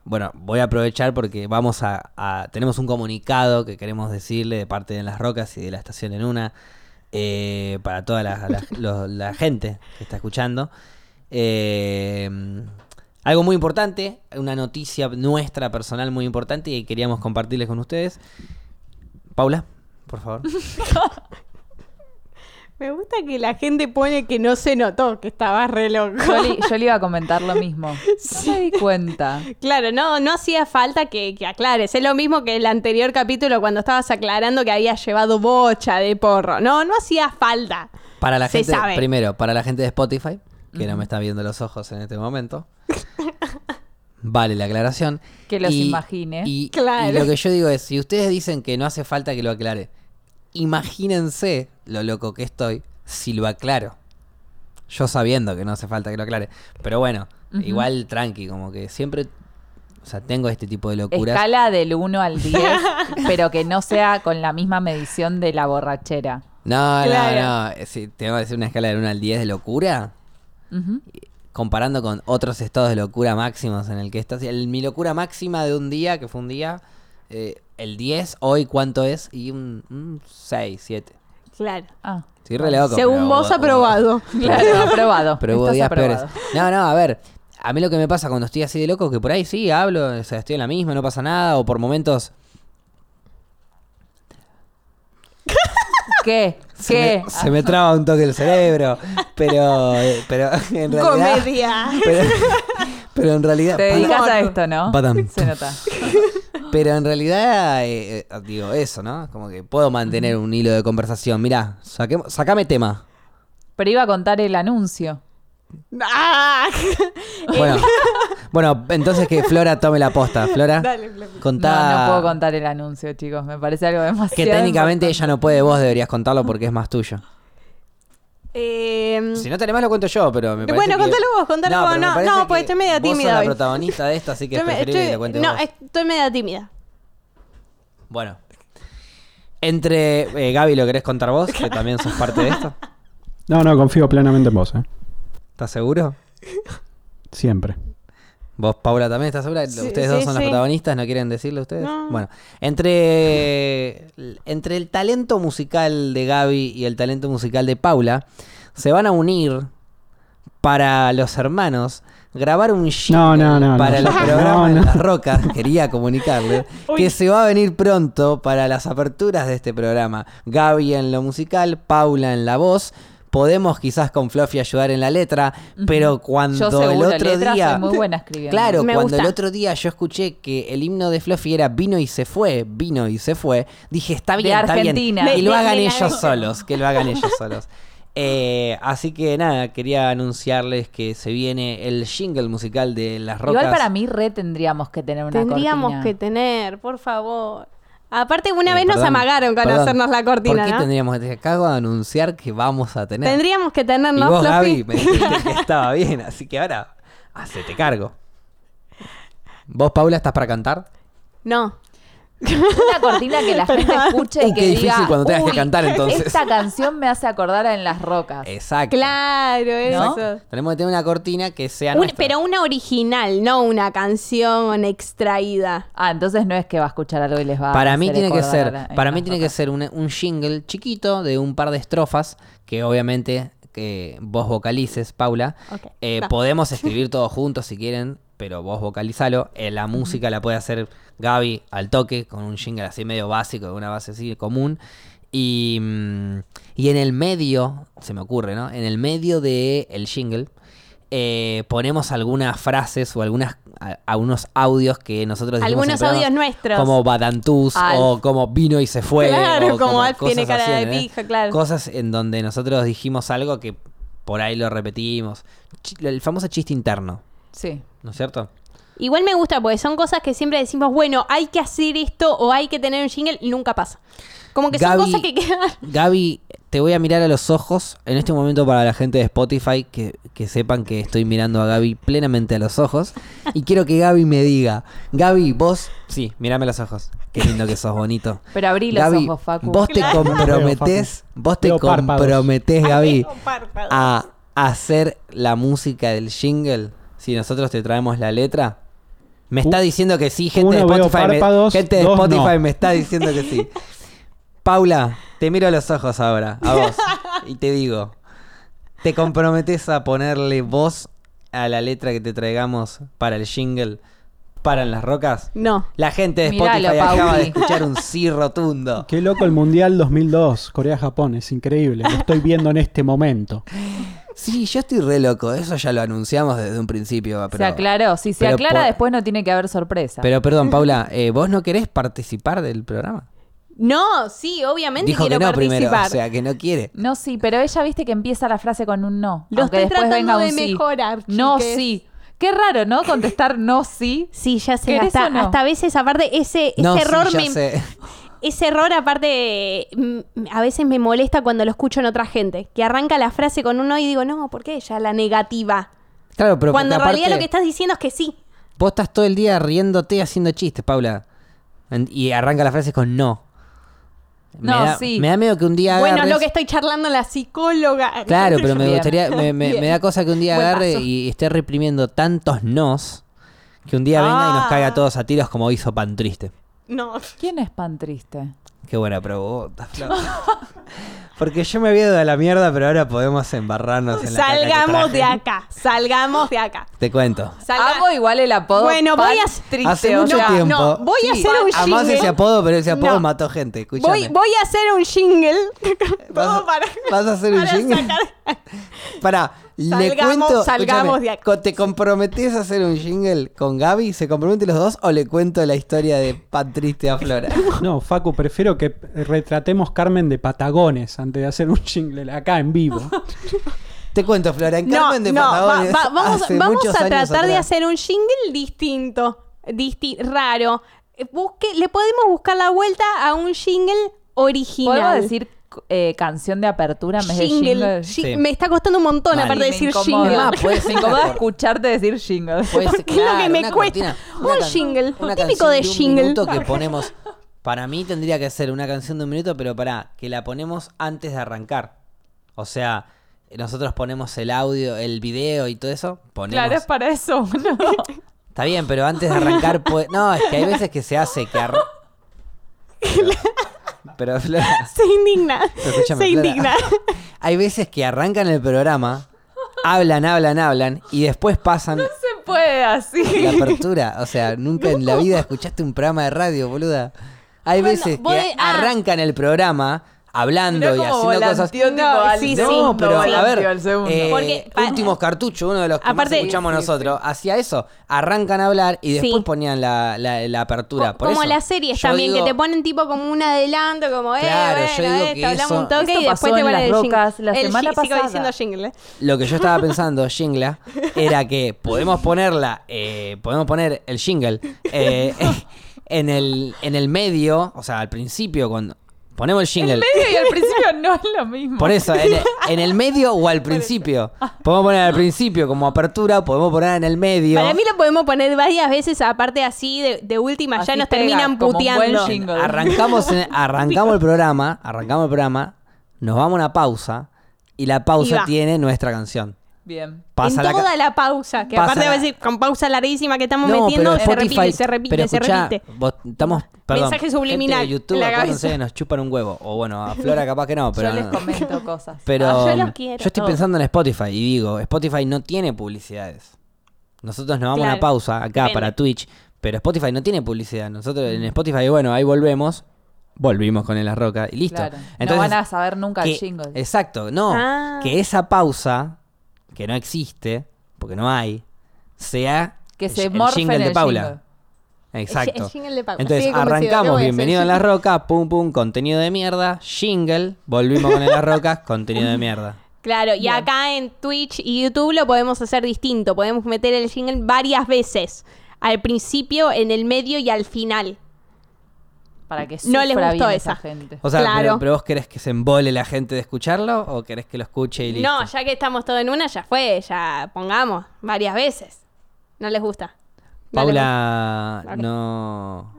S1: bueno, voy a aprovechar porque vamos a, a- Tenemos un comunicado que queremos decirle de parte de Las Rocas y de la Estación en Una eh, para toda la, la- lo- la gente que está escuchando. Eh, algo muy importante, una noticia nuestra personal muy importante y queríamos compartirles con ustedes. Paula, por favor.
S3: Me gusta que la gente pone que no se notó que estaba re loco.
S2: Yo, le, yo le iba a comentar lo mismo. No me di cuenta.
S3: Claro, no, no hacía falta que, que aclares. Es lo mismo que el anterior capítulo cuando estabas aclarando que había llevado bocha de porro. No, no hacía falta.
S1: Para la
S3: Se
S1: gente,
S3: sabe.
S1: primero, para la gente de Spotify, que no me está viendo los ojos en este momento. Vale la aclaración.
S2: Que los imagine.
S1: Y,
S3: Claro.
S1: y lo que yo digo es, si ustedes dicen que no hace falta que lo aclare, imagínense lo loco que estoy si lo aclaro. Yo sabiendo que no hace falta que lo aclare. Pero bueno,
S2: Ujú.
S1: igual tranqui, como que siempre, o sea, tengo este tipo de locuras.
S2: Escala del 1 al 10, pero que no sea con la misma medición de la borrachera.
S1: No, eh,
S3: Claro.
S1: no, no. Si tengo que decir una escala del 1 al 10 de locura,
S2: Ujú.
S1: comparando con otros estados de locura máximos en el que estás. El- mi locura máxima de un día, que fue un día, eh, el 10, hoy cuánto es, y un, un 6, 7.
S3: Claro.
S2: Ah,
S1: Sí, re loco,
S3: Según
S1: pero
S3: vos,
S1: hubo-
S3: aprobado.
S2: claro, aprobado.
S1: Pero hubo
S2: Estás
S1: días
S2: aprobado.
S1: peores. No, no, a ver. A mí lo que me pasa cuando estoy así de loco, que por ahí sí hablo, o sea, estoy en la misma, no pasa nada, o por momentos
S2: ¿Qué?
S1: se
S2: ¿Qué?
S1: me, se me traba un toque el cerebro. Pero, eh, pero en realidad.
S3: Comedia.
S1: Pero, pero en realidad.
S2: Te
S1: pa-
S2: dedicas a esto, ¿no?
S1: Badam.
S2: Se nota.
S1: Pero en realidad, eh, eh, digo, eso, ¿no? Como que puedo mantener un hilo de conversación. Mirá, saquemos- sacame tema.
S2: Pero iba a contar el anuncio.
S3: Ah,
S1: Bueno, bueno entonces que Flora tome la posta.
S2: Ah.
S1: Flora,
S3: Dale, Flaco.
S1: contá.
S2: No, no puedo contar el anuncio, chicos. Me parece algo demasiado.
S1: Que técnicamente
S2: importante.
S1: ella no puede, vos deberías contarlo porque es más tuyo.
S3: Eh,
S1: Si no tenés más lo cuento yo, pero me parece
S3: Bueno,
S1: que-
S3: contalo vos, contalo vos.
S1: pero me
S3: No,
S1: parece
S3: no,
S1: que
S3: porque estoy media tímida
S1: Vos sos
S3: hoy.
S1: la protagonista de esta, así que
S3: yo me-
S1: preferible que
S3: estoy-
S1: lo cuente
S3: no,
S1: vos.
S3: estoy media tímida.
S1: Bueno. Entre... eh, Gaby, ¿lo querés contar vos? Que también sos parte de esto.
S4: No, no, confío plenamente en vos, ¿eh?
S1: ¿Estás seguro?
S4: Siempre.
S1: Vos, Paula, también estás segura.
S3: Sí,
S1: ustedes
S3: sí,
S1: dos son los
S3: sí.
S1: protagonistas, ¿no quieren decirlo ustedes?
S3: No.
S1: Bueno, entre, entre el talento musical de Gaby y el talento musical de Paula, se van a unir para los hermanos grabar un
S4: No,
S1: jingle
S4: no, no,
S1: para
S4: no.
S1: el
S4: No,
S1: programa de
S4: no.
S1: Las Rocas, quería comunicarle, que se va a venir pronto para las aperturas de este programa. Gaby en lo musical, Paula en la voz. Podemos quizás con Fluffy ayudar en la letra, pero cuando
S2: Yo
S1: el
S2: seguro
S1: otro
S2: letras
S1: día...
S2: soy muy buena escribiendo.
S1: Claro,
S3: Me
S1: cuando
S3: gusta.
S1: el otro día yo escuché que el himno de Fluffy era vino y se fue, vino y se fue, dije, está
S2: De
S1: bien, está bien.
S2: Argentina.
S1: Que
S3: De-
S1: lo
S3: de-
S1: hagan
S3: de la
S1: ellos
S3: de-
S1: solos, que lo hagan ellos solos. Eh, así que nada, quería anunciarles que se viene el jingle musical de Las Rocas.
S2: Igual para mí re tendríamos que tener una
S3: Tendríamos
S2: cortina.
S3: que tener, por favor. Aparte, una
S1: Eh,
S3: vez nos
S1: perdón,
S3: amagaron con
S1: perdón.
S3: hacernos la cortina,
S1: ¿Por qué
S3: ¿no?
S1: tendríamos que Acabo de anunciar que vamos a tener.
S3: Tendríamos que tener,
S1: y
S3: ¿no,
S1: vos,
S3: Fluffy?
S1: Gaby, me dijiste que estaba bien, así que ahora hacete cargo. ¿Vos, Paula, estás para cantar?
S3: No.
S2: Una cortina que la gente escuche
S1: Uy,
S2: y que
S1: qué
S2: diga,
S1: difícil cuando tengas que
S2: "Uy,
S1: cantar, entonces".
S2: Esta canción me hace acordar a En las rocas.
S1: Exacto.
S3: Claro, eso.
S1: Tenemos que tener una cortina que sea
S3: Un-
S1: nuestra.
S3: pero una original, no una canción extraída.
S2: Ah, entonces no es que va a escuchar algo y les va a
S1: para mí
S2: hacer
S1: tiene que
S2: acordar
S1: ser,
S2: a la- en
S1: para mí
S2: Las
S1: tiene que
S2: Rocas.
S1: ser una- un jingle chiquito de un par de estrofas que obviamente que vos vocalices, Paula.
S3: Ok,
S1: Eh,
S3: va.
S1: Podemos escribir todos juntos si quieren, pero vos vocalizalo. Eh, la música la puede hacer Gaby al toque con un jingle así medio básico, de una base así común. Y, mm, y en el medio, se me ocurre, ¿no? En el medio del el jingle eh, ponemos algunas frases o algunas a- algunos audios que nosotros decimos en
S3: Algunos
S1: programas,
S3: audios nuestros.
S1: Como Badantús
S2: Alf.
S1: o como vino y se fue.
S3: Claro,
S1: o
S3: como Alf tiene
S1: cosas
S3: cara de
S1: ¿entendés?
S3: pija, claro.
S1: Cosas en donde nosotros dijimos algo que por ahí lo repetimos. Chi- El famoso chiste interno,
S2: Sí.
S1: ¿no es cierto?
S3: Igual me gusta porque son cosas que siempre decimos, bueno, hay que hacer esto o hay que tener un jingle y nunca pasa. Como que
S1: Gaby-
S3: son cosas que quedan.
S1: Gaby, te voy a mirar a los ojos en este momento para la gente de Spotify que, que sepan que estoy mirando a Gaby plenamente a los ojos y quiero que Gaby me diga, Gaby, vos, sí, mírame a los ojos. Qué lindo que sos bonito.
S2: Pero abrí los
S1: Gaby,
S2: ojos, Facu.
S1: vos te comprometés, vos te
S4: Veo párpados.
S1: comprometés, Gaby,
S3: Ay, párpados.
S1: a hacer la música del jingle si nosotros te traemos la letra. Me está
S4: U-
S1: diciendo que sí, gente de
S4: uno veo
S1: Spotify, me,
S4: párpados,
S1: gente de
S4: dos no.
S1: Spotify me está diciendo que sí. Paula, te miro a los ojos ahora, a vos, y te digo, ¿te comprometes a ponerle voz a la letra que te traigamos para el jingle para en las rocas?
S3: No.
S1: La gente de
S2: Miralo,
S1: Spotify acaba de
S2: Pauli.
S1: escuchar un sí rotundo.
S4: Qué loco el Mundial 2002, Corea-Japón, es increíble. Lo estoy viendo en este momento.
S1: Sí, yo estoy re loco. Eso ya lo anunciamos desde un principio. Pero,
S2: se aclaró. Si se
S1: pero
S2: aclara,
S1: por-
S2: después no tiene que haber sorpresa.
S1: Pero perdón, Paula, eh, ¿vos no querés participar del programa?
S3: No, sí, obviamente
S1: Dijo que
S3: quiero
S1: no
S3: participar.
S1: primero, o sea, que no quiere.
S2: No, sí, pero ella viste que empieza la frase con un no.
S3: Lo
S2: aunque
S3: estoy
S2: después
S3: tratando
S2: venga
S3: de
S2: un sí.
S3: mejorar,
S2: No,
S3: chiques.
S2: sí. Qué raro, ¿no? Contestar no, sí.
S3: Sí, ya sé,
S2: ¿Querés
S3: hasta,
S2: o no?
S3: hasta a veces aparte ese, ese
S1: no, sí,
S3: error
S1: ya
S3: me,
S1: sé.
S3: Ese error, aparte, mm, a veces me molesta cuando lo escucho en otra gente. Que arranca la frase con un no y digo, no, ¿por qué ella? La negativa.
S1: Claro, pero
S3: cuando en
S1: porque
S3: realidad lo
S1: aparte
S3: que estás diciendo es que sí.
S1: vos estás todo el día riéndote haciendo chistes, Paula. En- Y arranca las frases con no. Me
S2: No,
S1: da,
S2: sí.
S1: me da miedo que un día
S3: Bueno,
S1: agarres-
S3: lo que estoy charlando la psicóloga.
S1: Claro, pero me
S2: Bien.
S1: gustaría, me, me-
S3: Bien.
S1: me da cosa que un día
S3: Buen
S1: agarre
S3: paso.
S1: y esté reprimiendo tantos nos que un día venga y nos
S3: Ah.
S1: caiga a todos a tiros como hizo Pan Triste.
S3: No.
S2: ¿Quién es pan triste?
S1: Qué buena pregunta, Flor. Porque yo me había ido a la mierda, pero ahora podemos embarrarnos en la caca que
S3: Salgamos
S1: traje.
S3: de acá. Salgamos de acá.
S1: Te cuento.
S3: Salga-
S2: Amo igual el apodo.
S3: Bueno,
S2: pan
S3: voy a-
S2: triste,
S1: Hace
S2: o
S1: mucho
S2: sea,
S1: tiempo.
S3: No, voy a
S2: Sí.
S3: hacer un
S1: Además
S3: jingle.
S1: ese apodo, pero ese apodo
S3: No.
S1: mató gente, escúchame.
S3: voy, voy a hacer un jingle. Todo
S1: ¿Vas,
S3: para.
S1: vas a hacer un
S3: para
S1: jingle?
S3: sacar-
S1: Pará, le
S3: Salgamos-
S1: cuento.
S3: salgamos
S1: escúchame,
S3: de acá.
S1: co- ¿Te comprometes a hacer un jingle con Gaby? ¿Se comprometen los dos o le cuento la historia de Pan Triste a Flora?
S4: No, Facu, prefiero que retratemos Carmen de Patagones antes de hacer un jingle acá en vivo.
S1: Te cuento, Flora, en
S3: No,
S1: Carmen de
S3: no, va-
S1: Patagones.
S3: va- vamos,
S1: hace
S3: vamos
S1: muchos
S3: a
S1: años
S3: tratar de
S1: atrás,
S3: hacer un jingle distinto, disti- raro. Eh, Busque, le podemos buscar la vuelta a un jingle original.
S2: ¿Podemos decir eh, canción de apertura en vez de
S3: jingle.
S2: jingle?
S3: Ji-
S1: Sí.
S3: Me está costando un montón
S1: Mal.
S3: aparte de
S2: Me
S3: decir
S2: incomoda. Ah,
S3: jingle.
S1: Además, puede ser
S2: me incomoda
S1: por-
S2: escucharte decir jingle.
S1: Pues,
S3: Porque es lo que me
S1: una
S3: cuesta.
S1: cortina, una
S3: Un
S1: can-
S3: jingle,
S1: una
S3: típico
S1: canción
S3: de
S1: un
S3: jingle.
S1: minuto que ponemos. Para mí tendría que ser una canción de un minuto, pero para que la ponemos antes de arrancar. O sea, nosotros ponemos el audio, el video y todo eso. Ponemos.
S2: Claro, es para eso. boludo.
S1: Está bien, pero antes de arrancar, pues. No, es que hay veces que se hace que arr- Pero, pero, Flora,
S3: Se indigna.
S1: pero escúchame,
S3: Se
S1: Flora.
S3: indigna.
S1: Hay veces que arrancan el programa, hablan, hablan, hablan, y después pasan
S2: No se puede así.
S1: la apertura. O sea, nunca en la vida escuchaste un programa de radio, boluda. Hay
S3: Bueno,
S1: veces
S3: vos
S1: que
S3: de- ah.
S1: arrancan el programa hablando
S2: Mirá
S1: y
S2: cómo
S1: haciendo cosas.
S2: volanteó, tipo,
S3: No,
S2: al
S3: sí,
S1: no,
S2: segundo,
S1: pero a
S2: volanteó
S1: ver,
S2: al segundo.
S1: eh,
S3: Porque pa-
S1: últimos cartuchos, uno de los que
S3: Aparte-
S1: más escuchamos
S2: Sí, sí,
S1: nosotros, hacia eso, arrancan a hablar y después
S3: Sí.
S1: ponían la, la- la apertura.
S3: Co-
S1: Por
S3: como
S1: eso,
S3: las series
S1: yo
S3: también,
S1: digo-
S3: que te ponen tipo como un adelanto, como, eh,
S1: Claro, yo
S3: bueno,
S1: digo
S3: esto,
S1: que
S3: hablamos
S1: eso-
S3: un toque
S2: Esto
S3: y después
S2: pasó
S3: te
S2: en
S3: ponen
S2: Las
S3: el jingle.
S2: Rocas la
S3: El
S2: semana
S3: jing- sigo
S2: pasada.
S3: diciendo jingle. eh.
S1: Lo que yo estaba pensando, Jingla, era que podemos ponerla, eh, podemos poner el jingle eh, en, el, en el medio, o sea, al principio, cuando ponemos el jingle.
S2: medio y al principio no es lo mismo.
S1: Por eso, en el, en el medio o al principio. Podemos poner al principio como apertura, podemos poner en el medio.
S3: Para mí lo podemos poner varias veces, aparte así, de, de última, ya
S2: Así
S3: nos
S2: pega,
S3: terminan
S2: como un buen
S3: puteando.
S2: jingle. lo-
S1: Arrancamos, en- arrancamos el programa, arrancamos el programa, nos vamos a una pausa y la
S3: Y
S1: pausa
S3: va.
S1: tiene nuestra canción.
S2: Bien.
S1: Pasa
S3: en
S1: la ca-
S3: toda la pausa, que
S1: pasa
S3: aparte
S1: la-
S3: va a decir con pausa larguísima que estamos
S1: No,
S3: metiendo,
S1: pero
S3: se
S1: Spotify-
S3: repite, se repite,
S1: pero
S3: se
S1: escuchá,
S3: repite.
S1: vos- estamos, perdón,
S3: Mensaje
S1: gente
S3: subliminal
S1: de YouTube,
S3: en la
S1: acuérdense,
S3: cabeza.
S1: nos chupan un huevo. O bueno, a Flora capaz que no, pero...
S2: yo les
S1: no.
S2: comento cosas.
S1: Pero
S3: Ah, yo los
S1: mm,
S3: quiero
S1: estoy
S3: todos.
S1: pensando en Spotify y digo, Spotify no tiene publicidades. Nosotros nos vamos a una
S3: Claro.
S1: pausa acá
S3: Depende. Mm.
S1: para Twitch, pero Spotify no tiene publicidad. Nosotros en Spotify, bueno, ahí volvemos. Volvimos con el Las Rocas y listo.
S2: Claro. no
S1: Entonces,
S2: van a saber nunca
S1: que-
S2: el jingle.
S1: Exacto, no.
S3: Ah.
S1: Que esa pausa, que no existe, porque no hay, sea
S2: que
S1: el-
S2: se
S1: el
S2: morfen
S1: jingle
S2: el
S1: de Paula.
S2: jingle.
S1: Exacto.
S3: El jingle de Paula.
S1: Entonces
S3: Sigue convencida, ¿qué voy a
S1: arrancamos,
S3: hacer?
S1: bienvenido en Las Rocas, pum pum, contenido de mierda, jingle, volvimos con el Las Rocas, contenido de mierda.
S3: Claro, y acá en Twitch y YouTube lo podemos hacer distinto. Podemos meter el jingle varias veces. Al principio, en el medio y al final.
S2: Para que
S3: No les
S2: sufra
S3: gustó
S2: bien
S3: esa.
S2: gente.
S1: O sea,
S3: Claro.
S1: pero, pero vos querés que se embole la gente de escucharlo o querés que lo escuche y listo.
S3: No, ya que estamos todos en una, ya fue, ya pongamos varias veces. No les gusta. No les gusta.
S1: Paula,
S3: Ok.
S1: no,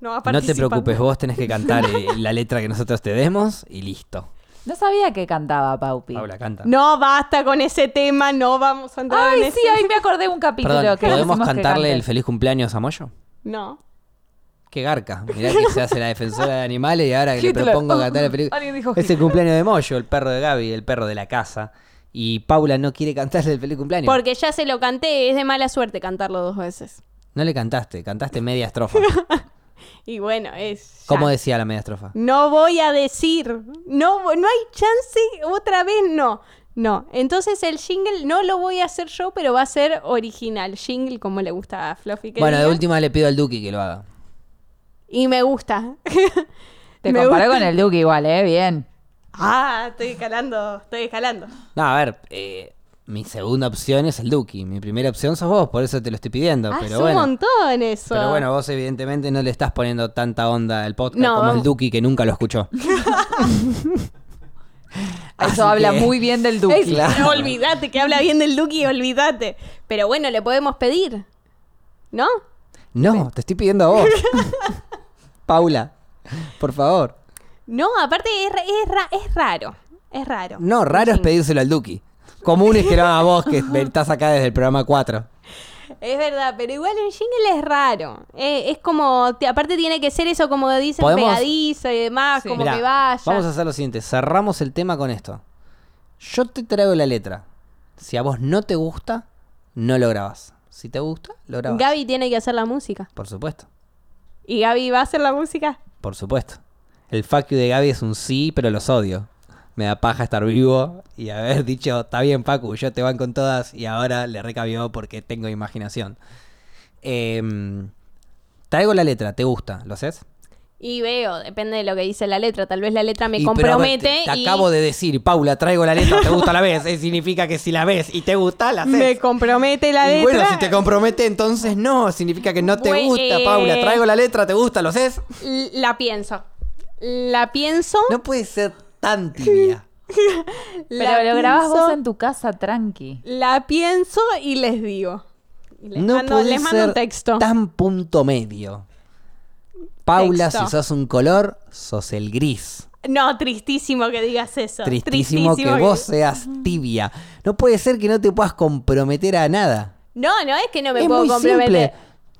S3: no, va
S1: no te
S3: participando.
S1: preocupes, vos tenés que cantar eh, la letra que nosotros te demos y listo.
S2: No sabía que cantaba Paupi.
S1: Paula, canta.
S3: No, basta con ese tema, no vamos a entrar en
S2: Ay,
S3: ese-
S2: sí, ahí me acordé un capítulo
S1: Perdón,
S2: que
S1: ¿podemos
S2: decimos que
S1: cantarle
S2: cante.
S1: el feliz cumpleaños a Moyo?
S3: No.
S1: Qué garca. Mirá que se hace la defensora de animales y ahora que le
S2: Hitler.
S1: propongo cantar el feliz...
S2: Alguien dijo
S1: Es el
S2: Hitler.
S1: cumpleaños de Moyo, el perro de Gaby, el perro de la casa. Y Paula no quiere cantarle el feliz cumpleaños.
S3: Porque ya se lo canté, es de mala suerte cantarlo dos veces.
S1: No le cantaste, cantaste media estrofa.
S3: Y bueno, es. ya.
S1: ¿Cómo decía la media estrofa?
S3: No voy a decir. No, vo- no hay chance. Otra vez no. No. Entonces el jingle no lo voy a hacer yo, pero va a ser original. Jingle como le gusta a Fluffy. que
S1: Bueno, de
S3: diga.
S1: última le pido al Duki que lo haga.
S3: Y me gusta.
S2: Te
S3: Me
S2: comparé
S3: gusta.
S2: con el Duke igual, ¿eh? Bien.
S3: Ah, estoy escalando. Estoy escalando.
S1: No, a ver, eh, mi segunda opción es el Duki. Mi primera opción sos vos, por eso te lo estoy pidiendo.
S3: Ah, es
S1: pero
S3: un
S1: bueno.
S3: montón eso.
S1: Pero bueno, vos evidentemente no le estás poniendo tanta onda al podcast
S3: No,
S1: como el
S3: vamos.
S1: Duki que nunca lo escuchó. Así
S2: Eso habla
S1: que-
S2: muy bien del
S3: Es-
S2: Duki.
S1: claro.
S3: Olvídate que habla bien del Duki, olvídate. Pero bueno, le podemos pedir. ¿No?
S1: No, te estoy pidiendo a vos. Paula, por favor.
S3: No, aparte es, ra- es, ra- es raro. Es raro.
S1: No, raro es pedírselo al Duki. Común es que lo haga vos, que estás acá desde el programa 4.
S3: Es verdad, pero igual el jingle es raro. Eh, es como, te- aparte tiene que ser eso como dicen,
S1: Podemos-
S3: pegadizo y demás,
S2: Sí.
S3: como
S1: Mirá,
S3: que vaya.
S1: Vamos a hacer lo siguiente, cerramos el tema con esto. Yo te traigo la letra. Si a vos no te gusta, no lo grabás. Si te gusta, lo grabás.
S3: Gaby tiene que hacer la música.
S1: Por supuesto,
S3: ¿Y Gaby va a hacer la música?
S1: por supuesto. El fuck you de Gaby es un sí, pero los odio. Me da paja estar vivo y haber dicho, está bien Pacu, yo te van con todas y ahora le recabió porque tengo imaginación. Em, traigo la letra, ¿te gusta? ¿Lo haces?
S3: Y veo, depende de lo que dice la letra. Tal vez la letra me
S1: Y, pero, a ver,
S3: compromete.
S1: te, te
S3: y
S1: acabo de decir, Paula, traigo la letra, te gusta la vez. Eh, significa que si la ves y te gusta, la haces.
S3: Me compromete la
S1: Y
S3: letra.
S1: bueno, si te compromete, entonces no. Significa que no te
S3: Bue-
S1: gusta,
S3: eh.
S1: Paula. Traigo la letra, ¿te gusta? ¿Lo haces?
S3: L- La pienso. La pienso.
S1: No puede ser tan tibia.
S3: la
S2: Pero lo grabás
S3: pienso,
S2: vos en tu casa tranqui.
S3: La pienso y les digo. Y Les
S1: No
S3: mando,
S1: puede
S3: les mando
S1: ser
S3: un texto.
S1: tan punto medio. Paula,
S3: Texto.
S1: si sos un color, sos el gris.
S3: No, tristísimo que digas eso.
S1: Tristísimo, que vos seas tibia. No puede ser que no te puedas comprometer a nada.
S3: No, no es que no me
S1: es
S3: puedo
S1: muy
S3: comprometer.
S1: simple.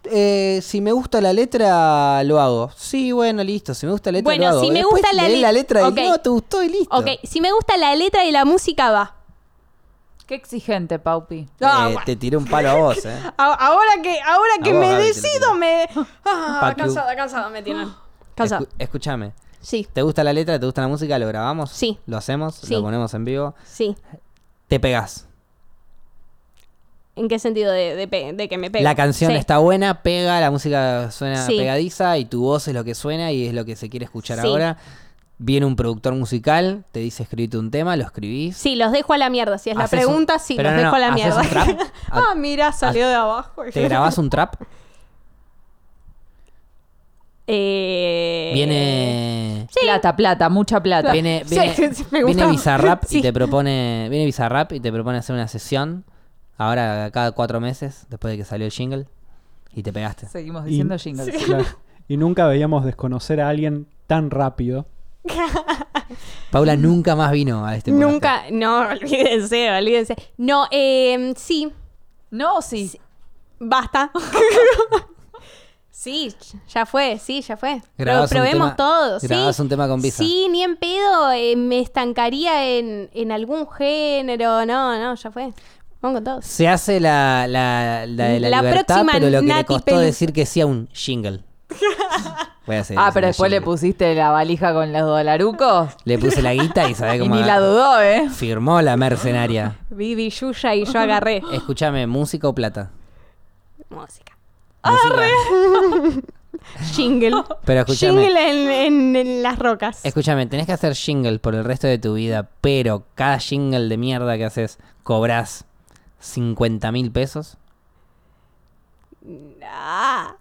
S1: Eh, si me gusta la letra, lo hago. Sí, bueno, listo. Si me gusta la letra,
S3: Bueno,
S1: lo hago.
S3: si me
S1: Después
S3: gusta la
S1: lees la
S3: le-
S1: letra
S3: Ok.
S1: y no te gustó y listo.
S3: Ok, si me gusta la letra y la música va.
S2: Qué exigente, Paupi.
S1: Eh,
S3: Ah, bueno.
S1: Te tiré un palo a vos, eh.
S3: A- ahora que, ahora que
S1: A vos,
S3: me
S1: Gaby, te lo
S3: decido,
S1: tiro.
S3: me. Ah,
S1: Pacu.
S3: cansada, cansada me tienen. Cansada.
S1: Escu- escúchame.
S3: Sí,
S1: ¿Te gusta la letra? ¿Te gusta la música? ¿Lo grabamos?
S3: Sí.
S1: ¿Lo hacemos?
S3: Sí.
S1: ¿Lo ponemos en vivo?
S3: sí.
S1: Te pegas.
S3: ¿En qué sentido de, de pe- de que me pego?
S1: La canción
S3: Sí.
S1: está buena, pega, la música suena
S3: Sí.
S1: pegadiza y tu voz es lo que suena y es lo que se quiere escuchar
S3: Sí.
S1: ahora. Viene un productor musical, te dice escribite un tema, lo escribís.
S3: Sí, los dejo a la mierda. Si es la
S1: Haces un-
S3: pregunta, sí,
S1: Pero
S3: los
S1: no,
S3: dejo
S1: no,
S3: a la
S1: haces
S3: mierda.
S1: un trap.
S3: ah, mira, salió de abajo.
S1: ¿Te grabás un trap?
S3: Eh...
S1: Viene.
S2: Plata, plata, mucha plata.
S1: Viene,
S3: Sí,
S1: viene,
S3: sí, sí, me
S1: viene
S3: gustaba.
S1: Bizarrap
S3: Sí.
S1: y te propone. Viene Bizarrap y te propone hacer una sesión. Ahora cada cuatro meses, después de que salió el jingle. Y te pegaste.
S2: Seguimos diciendo jingles.
S4: Claro. Y nunca veíamos desconocer a alguien tan rápido.
S1: Paula nunca más vino a este podcast.
S3: Nunca, no, olvídense, olvídense. No, eh, sí,
S2: No, sí.
S3: basta. sí, ya fue, sí, ya fue. Pero
S1: Grabás un
S3: probemos
S1: tema-
S3: todos. sí.
S1: grabás un tema con Visa.
S3: Sí, ni en pedo, eh, me estancaría en, en algún género. No, no, ya fue. Vamos con todos.
S1: Se hace la, la, la de la,
S3: La
S1: libertad,
S3: próxima
S1: pero lo que
S3: Nati
S1: le costó
S3: Pelu.
S1: decir que sí a un jingle. Voy a hacer
S2: Ah,
S1: ese
S2: pero después le
S1: jingle.
S2: pusiste la valija con los dolarucos.
S1: Le puse la guita y sabés
S2: Y
S1: cómo
S2: ni la
S1: agar-
S2: dudó, ¿eh?
S1: Firmó la mercenaria.
S3: Vivi Yuya y yo agarré.
S1: Escúchame, ¿música o plata?
S3: Música. Ah,
S1: Música.
S3: Jingle.
S1: Pero escúchame.
S3: Jingle en, en- en las rocas.
S1: Escúchame, tenés que hacer jingle por el resto de tu vida, pero cada jingle de mierda que haces cobras 50 mil pesos.
S3: Ah.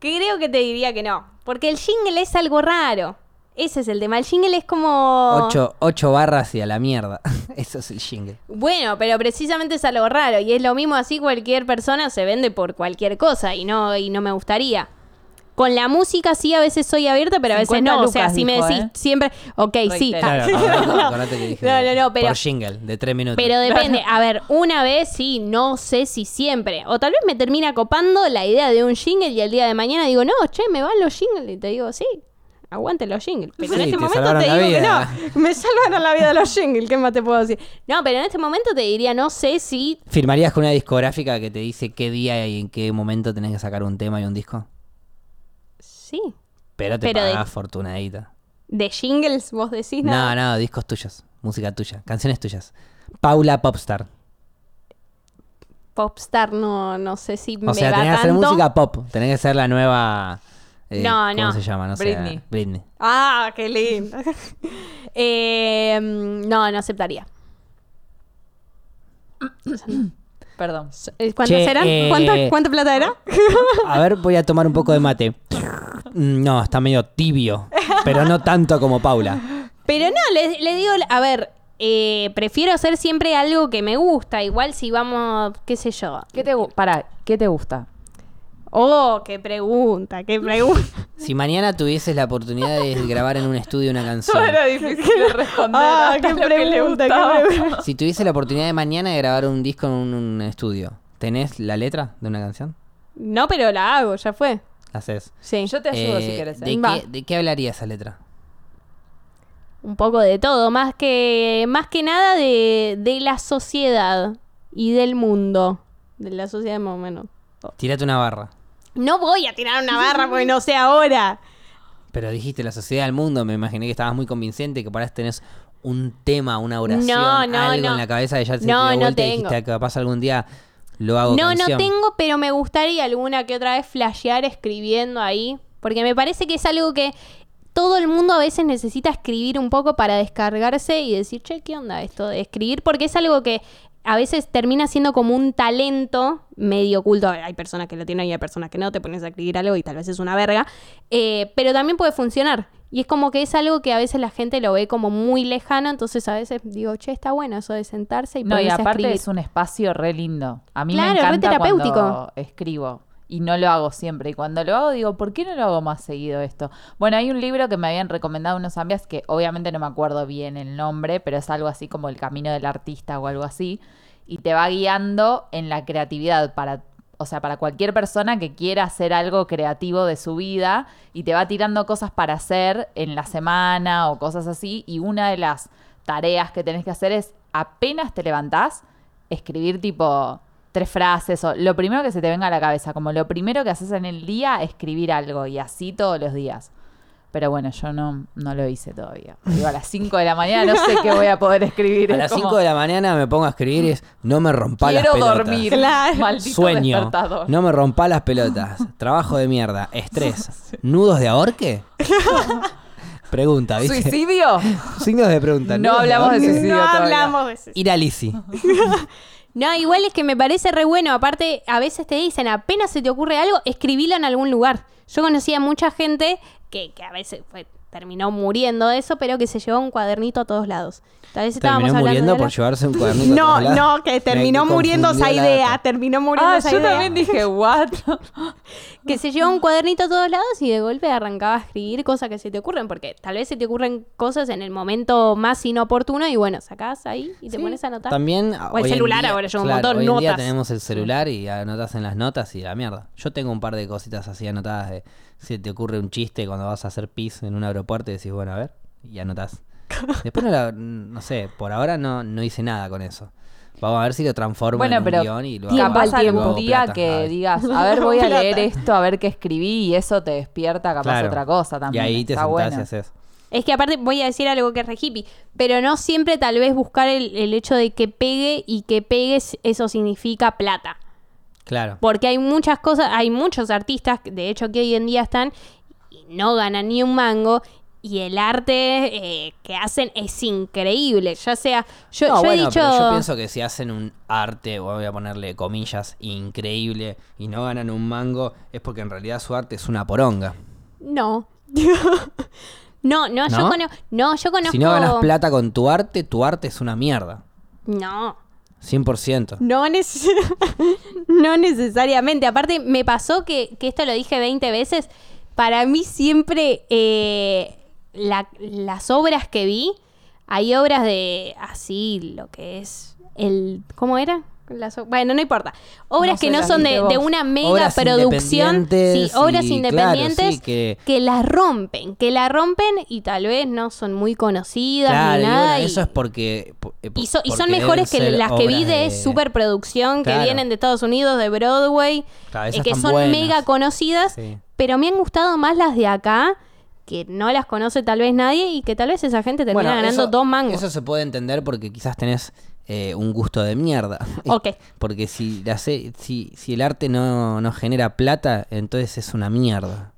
S3: Creo que te diría que no. Porque el jingle es algo raro. Ese es el tema. El jingle es como.
S1: Ocho, ocho barras y a la mierda. Eso es el jingle.
S3: Bueno, pero precisamente es algo raro. Y es lo mismo así, cualquier persona se vende por cualquier cosa y no, y no me gustaría. Con la música sí a veces soy abierta, pero a veces
S2: 50
S3: no. o sea,
S2: lucas,
S3: si me
S2: dijo,
S3: decís
S2: ¿eh?
S3: siempre, ok, sí.
S2: Reitero.
S3: ah,
S1: Claro, acordate- acordate que dije
S3: No, no, no, pero-
S1: por jingle de tres minutos.
S3: Pero depende, a ver, una vez sí, no sé si siempre. O tal vez me termina copando la idea de un jingle y el día de mañana digo, no, che, me van los jingles. Y te digo, sí, aguante los jingles.
S1: Sí,
S3: Pero en este
S1: te
S3: momento
S1: salvaron
S3: te
S1: la
S3: digo
S1: vida.
S3: que no. Me salvaron la vida los jingles, ¿qué más te puedo decir? No, pero en este momento te diría, no sé si
S1: ¿Firmarías con una discográfica que te dice qué día y en qué momento tenés que sacar un tema y un disco?
S3: Sí.
S1: Pero te
S3: Pero de-
S1: pagás fortunadita.
S3: ¿De jingles vos decís
S1: No,
S3: nada?
S1: no, discos tuyos, música tuya, canciones tuyas. Paula Popstar.
S3: Popstar no, no sé si me
S1: O sea,
S3: va
S1: tenés que hacer
S3: tanto.
S1: música pop. Tenés que ser la nueva. eh,
S3: No,
S1: ¿Cómo
S3: no.
S1: se llama? No sé,
S2: Britney.
S1: Britney.
S3: Ah, qué lindo. Eh, no, no aceptaría.
S2: Perdón.
S3: Eh, ¿Cuántas
S1: Che,
S3: eran?
S1: eh,
S3: ¿Cuánta, cuánta plata era?
S1: A ver, voy a tomar un poco de mate. Mm, No, está medio tibio. Pero no tanto como Paula.
S3: Pero no, le, le digo, a ver, eh, prefiero hacer siempre algo que me gusta. Igual si vamos, qué sé yo.
S2: ¿Qué te, gu- pará, ¿qué te gusta?
S3: Oh, qué pregunta, qué pregunta.
S1: Si mañana tuvieses la oportunidad de grabar en un estudio una canción,
S2: Todo era difícil de responder.
S3: Ah,
S2: hasta
S3: qué
S2: lo que le
S3: pregunta, qué
S2: gustaba.
S3: pregunta.
S1: si tuvieses la oportunidad de mañana de grabar un disco en un, un estudio, ¿tenés la letra de una canción?
S3: No, pero la hago, ya fue.
S1: La haces.
S3: Sí.
S2: Yo te ayudo si
S1: Eh,
S2: quieres. ¿eh?
S1: ¿de
S3: Va.
S1: qué, de qué hablaría esa letra?
S3: un poco de todo, más que, más que nada de, de la sociedad y del mundo. De la sociedad más o menos.
S1: Tírate una barra.
S3: No voy a tirar una barra porque no sé ahora.
S1: Pero dijiste la sociedad del mundo, me imaginé que estabas muy convincente que para tenés un tema, una oración,
S3: No, no,
S1: algo
S3: no.
S1: en la cabeza que ya se
S3: No,
S1: te dio
S3: no
S1: vuelta y
S3: tengo.
S1: dijiste que capaz algún día lo hago
S3: No, no
S1: canción".
S3: tengo, pero me gustaría alguna que otra vez flashear escribiendo ahí. Porque me parece que es algo que todo el mundo a veces necesita escribir un poco para descargarse y decir, che, ¿qué onda esto de escribir? Porque es algo que a veces termina siendo como un talento medio oculto. Hay personas que lo tienen y hay personas que no. Te pones a escribir algo y tal vez es una verga. Eh, pero también puede funcionar. Y es como que es algo que a veces la gente lo ve como muy lejano. Entonces a veces digo, che, está bueno eso de sentarse y
S2: No, y
S3: ponerse a
S2: aparte
S3: escribir.
S2: es un espacio re lindo. A mí
S3: Claro,
S2: me
S3: re
S2: encanta
S3: terapéutico.
S2: cuando escribo y no lo hago siempre. Y cuando lo hago digo, ¿por qué no lo hago más seguido esto? Bueno, hay un libro que me habían recomendado unos amigas que obviamente no me acuerdo bien el nombre, pero es algo así como El Camino del Artista o algo así. Y te va guiando en la creatividad para... O sea, para cualquier persona que quiera hacer algo creativo de su vida y te va tirando cosas para hacer en la semana o cosas así. Y una de las tareas que tenés que hacer es apenas te levantás, escribir tipo tres frases o lo primero que se te venga a la cabeza, como lo primero que haces en el día, escribir algo y así todos los días. Pero bueno, yo no, no lo hice todavía. Digo, a las 5 de la mañana no sé qué voy a poder escribir.
S1: A las 5 de la mañana me pongo a escribir y es no me rompa las
S2: Quiero
S1: pelotas.
S2: dormir.
S3: Claro.
S2: Maldito
S1: Sueño.
S2: despertador.
S1: No me rompa las pelotas. Trabajo de mierda. Estrés. ¿Nudos de ahorque? Pregunta, ¿viste?
S2: ¿Suicidio?
S1: Signos de pregunta.
S2: No
S1: ¿Nudos
S2: hablamos de
S1: ahorque?
S2: suicidio.
S3: no
S2: todavía.
S3: hablamos de eso.
S1: Ir a Lisi.
S3: No, igual es que me parece re bueno. Aparte, a veces te dicen, apenas se te ocurre algo, escribilo en algún lugar. Yo conocía mucha gente que, que a veces fue- terminó muriendo de eso, pero que se llevó un cuadernito a todos lados. Tal vez estábamos
S1: Terminó
S3: hablando
S1: muriendo
S3: de la-
S1: por llevarse un cuadernito.
S3: No,
S1: a todos lados.
S3: no, que
S1: Me
S3: terminó
S1: confundió
S3: muriendo esa
S1: la
S3: idea,
S1: data.
S3: terminó muriendo
S2: Ah,
S3: esa
S2: yo
S3: idea.
S2: también dije, what?
S3: Que se llevó un cuadernito a todos lados y de golpe arrancaba a escribir cosas que se te ocurren, porque tal vez se te ocurren cosas en el momento más inoportuno y bueno, sacás ahí y te
S2: Sí.
S3: pones a anotar.
S1: También.
S3: el
S1: hoy en
S3: celular
S1: día-
S3: ahora lleva un
S1: claro,
S3: montón,
S1: hoy en día
S3: notas.
S1: tenemos el celular y anotas en las notas y la mierda. Yo tengo un par de cositas así anotadas de si te ocurre un chiste cuando vas a hacer pis en un aeropuerto y decís, bueno, a ver, y anotás. Después no, la- no sé, por ahora no, no hice nada con eso. Vamos a ver si lo transformo
S2: Bueno,
S1: en un
S2: pero
S1: guión y lo hago-
S2: capaz
S1: y lo
S2: algún
S1: hago
S2: día
S1: plata. A
S2: que
S1: ver.
S2: digas, a ver, voy a
S3: Plata.
S2: leer esto, a ver qué escribí y eso te despierta capaz
S1: Claro.
S2: otra cosa también.
S1: Y ahí te
S2: Está
S1: sentás
S2: bueno.
S1: y haces.
S3: Es que aparte voy a decir algo que es re hippie, pero no siempre tal vez buscar el, el hecho de que pegue y que pegues, eso significa plata.
S1: Claro.
S3: Porque hay muchas cosas, hay muchos artistas, de hecho, que hoy en día están y no ganan ni un mango. Y el arte eh, que hacen es increíble. Ya sea, yo,
S1: No,
S3: yo
S1: bueno,
S3: he dicho.
S1: pero yo pienso que si hacen un arte, o voy a ponerle comillas, increíble y no ganan un mango, es porque en realidad su arte es una poronga.
S3: No. no, no, yo
S1: ¿No?
S3: cono- no, yo conozco.
S1: Si no ganas plata con tu arte, tu arte es una mierda.
S3: No.
S1: 100%.
S3: No, neces- no necesariamente. Aparte, me pasó que, que esto lo dije 20 veces. Para mí siempre eh, la- las obras que vi, hay obras de así, lo que es el... ¿Cómo era? Las o- bueno, no importa. Obras
S2: No sé,
S3: que no
S2: las
S3: son de,
S2: viste vos.
S3: de una mega
S1: Obras
S3: producción. Sí,
S1: independientes
S3: obras
S1: y,
S3: independientes
S1: claro, sí, que-
S3: que... las rompen, que las rompen y tal vez no son muy conocidas
S1: Claro,
S3: ni
S1: y
S3: nada.
S1: bueno,
S3: y-
S1: eso es porque. po- eh, po-
S3: y, so- y son
S1: porque
S3: mejores
S1: deben
S3: que
S1: ser
S3: las que vi
S1: obras
S3: de superproducción que
S1: Claro.
S3: vienen de Estados Unidos, de Broadway,
S1: Claro,
S3: eh,
S1: esas
S3: que
S1: están
S3: son
S1: buenas.
S3: mega conocidas,
S1: Sí.
S3: pero me han gustado más las de acá, que no las conoce tal vez nadie y que tal vez esa gente
S1: Bueno,
S3: termina ganando
S1: eso-
S3: dos mangos.
S1: Eso se puede entender porque quizás tenés eh, un gusto de mierda.
S3: Ok.
S1: Porque si, la se- si, si el arte no, no genera plata, entonces es una mierda.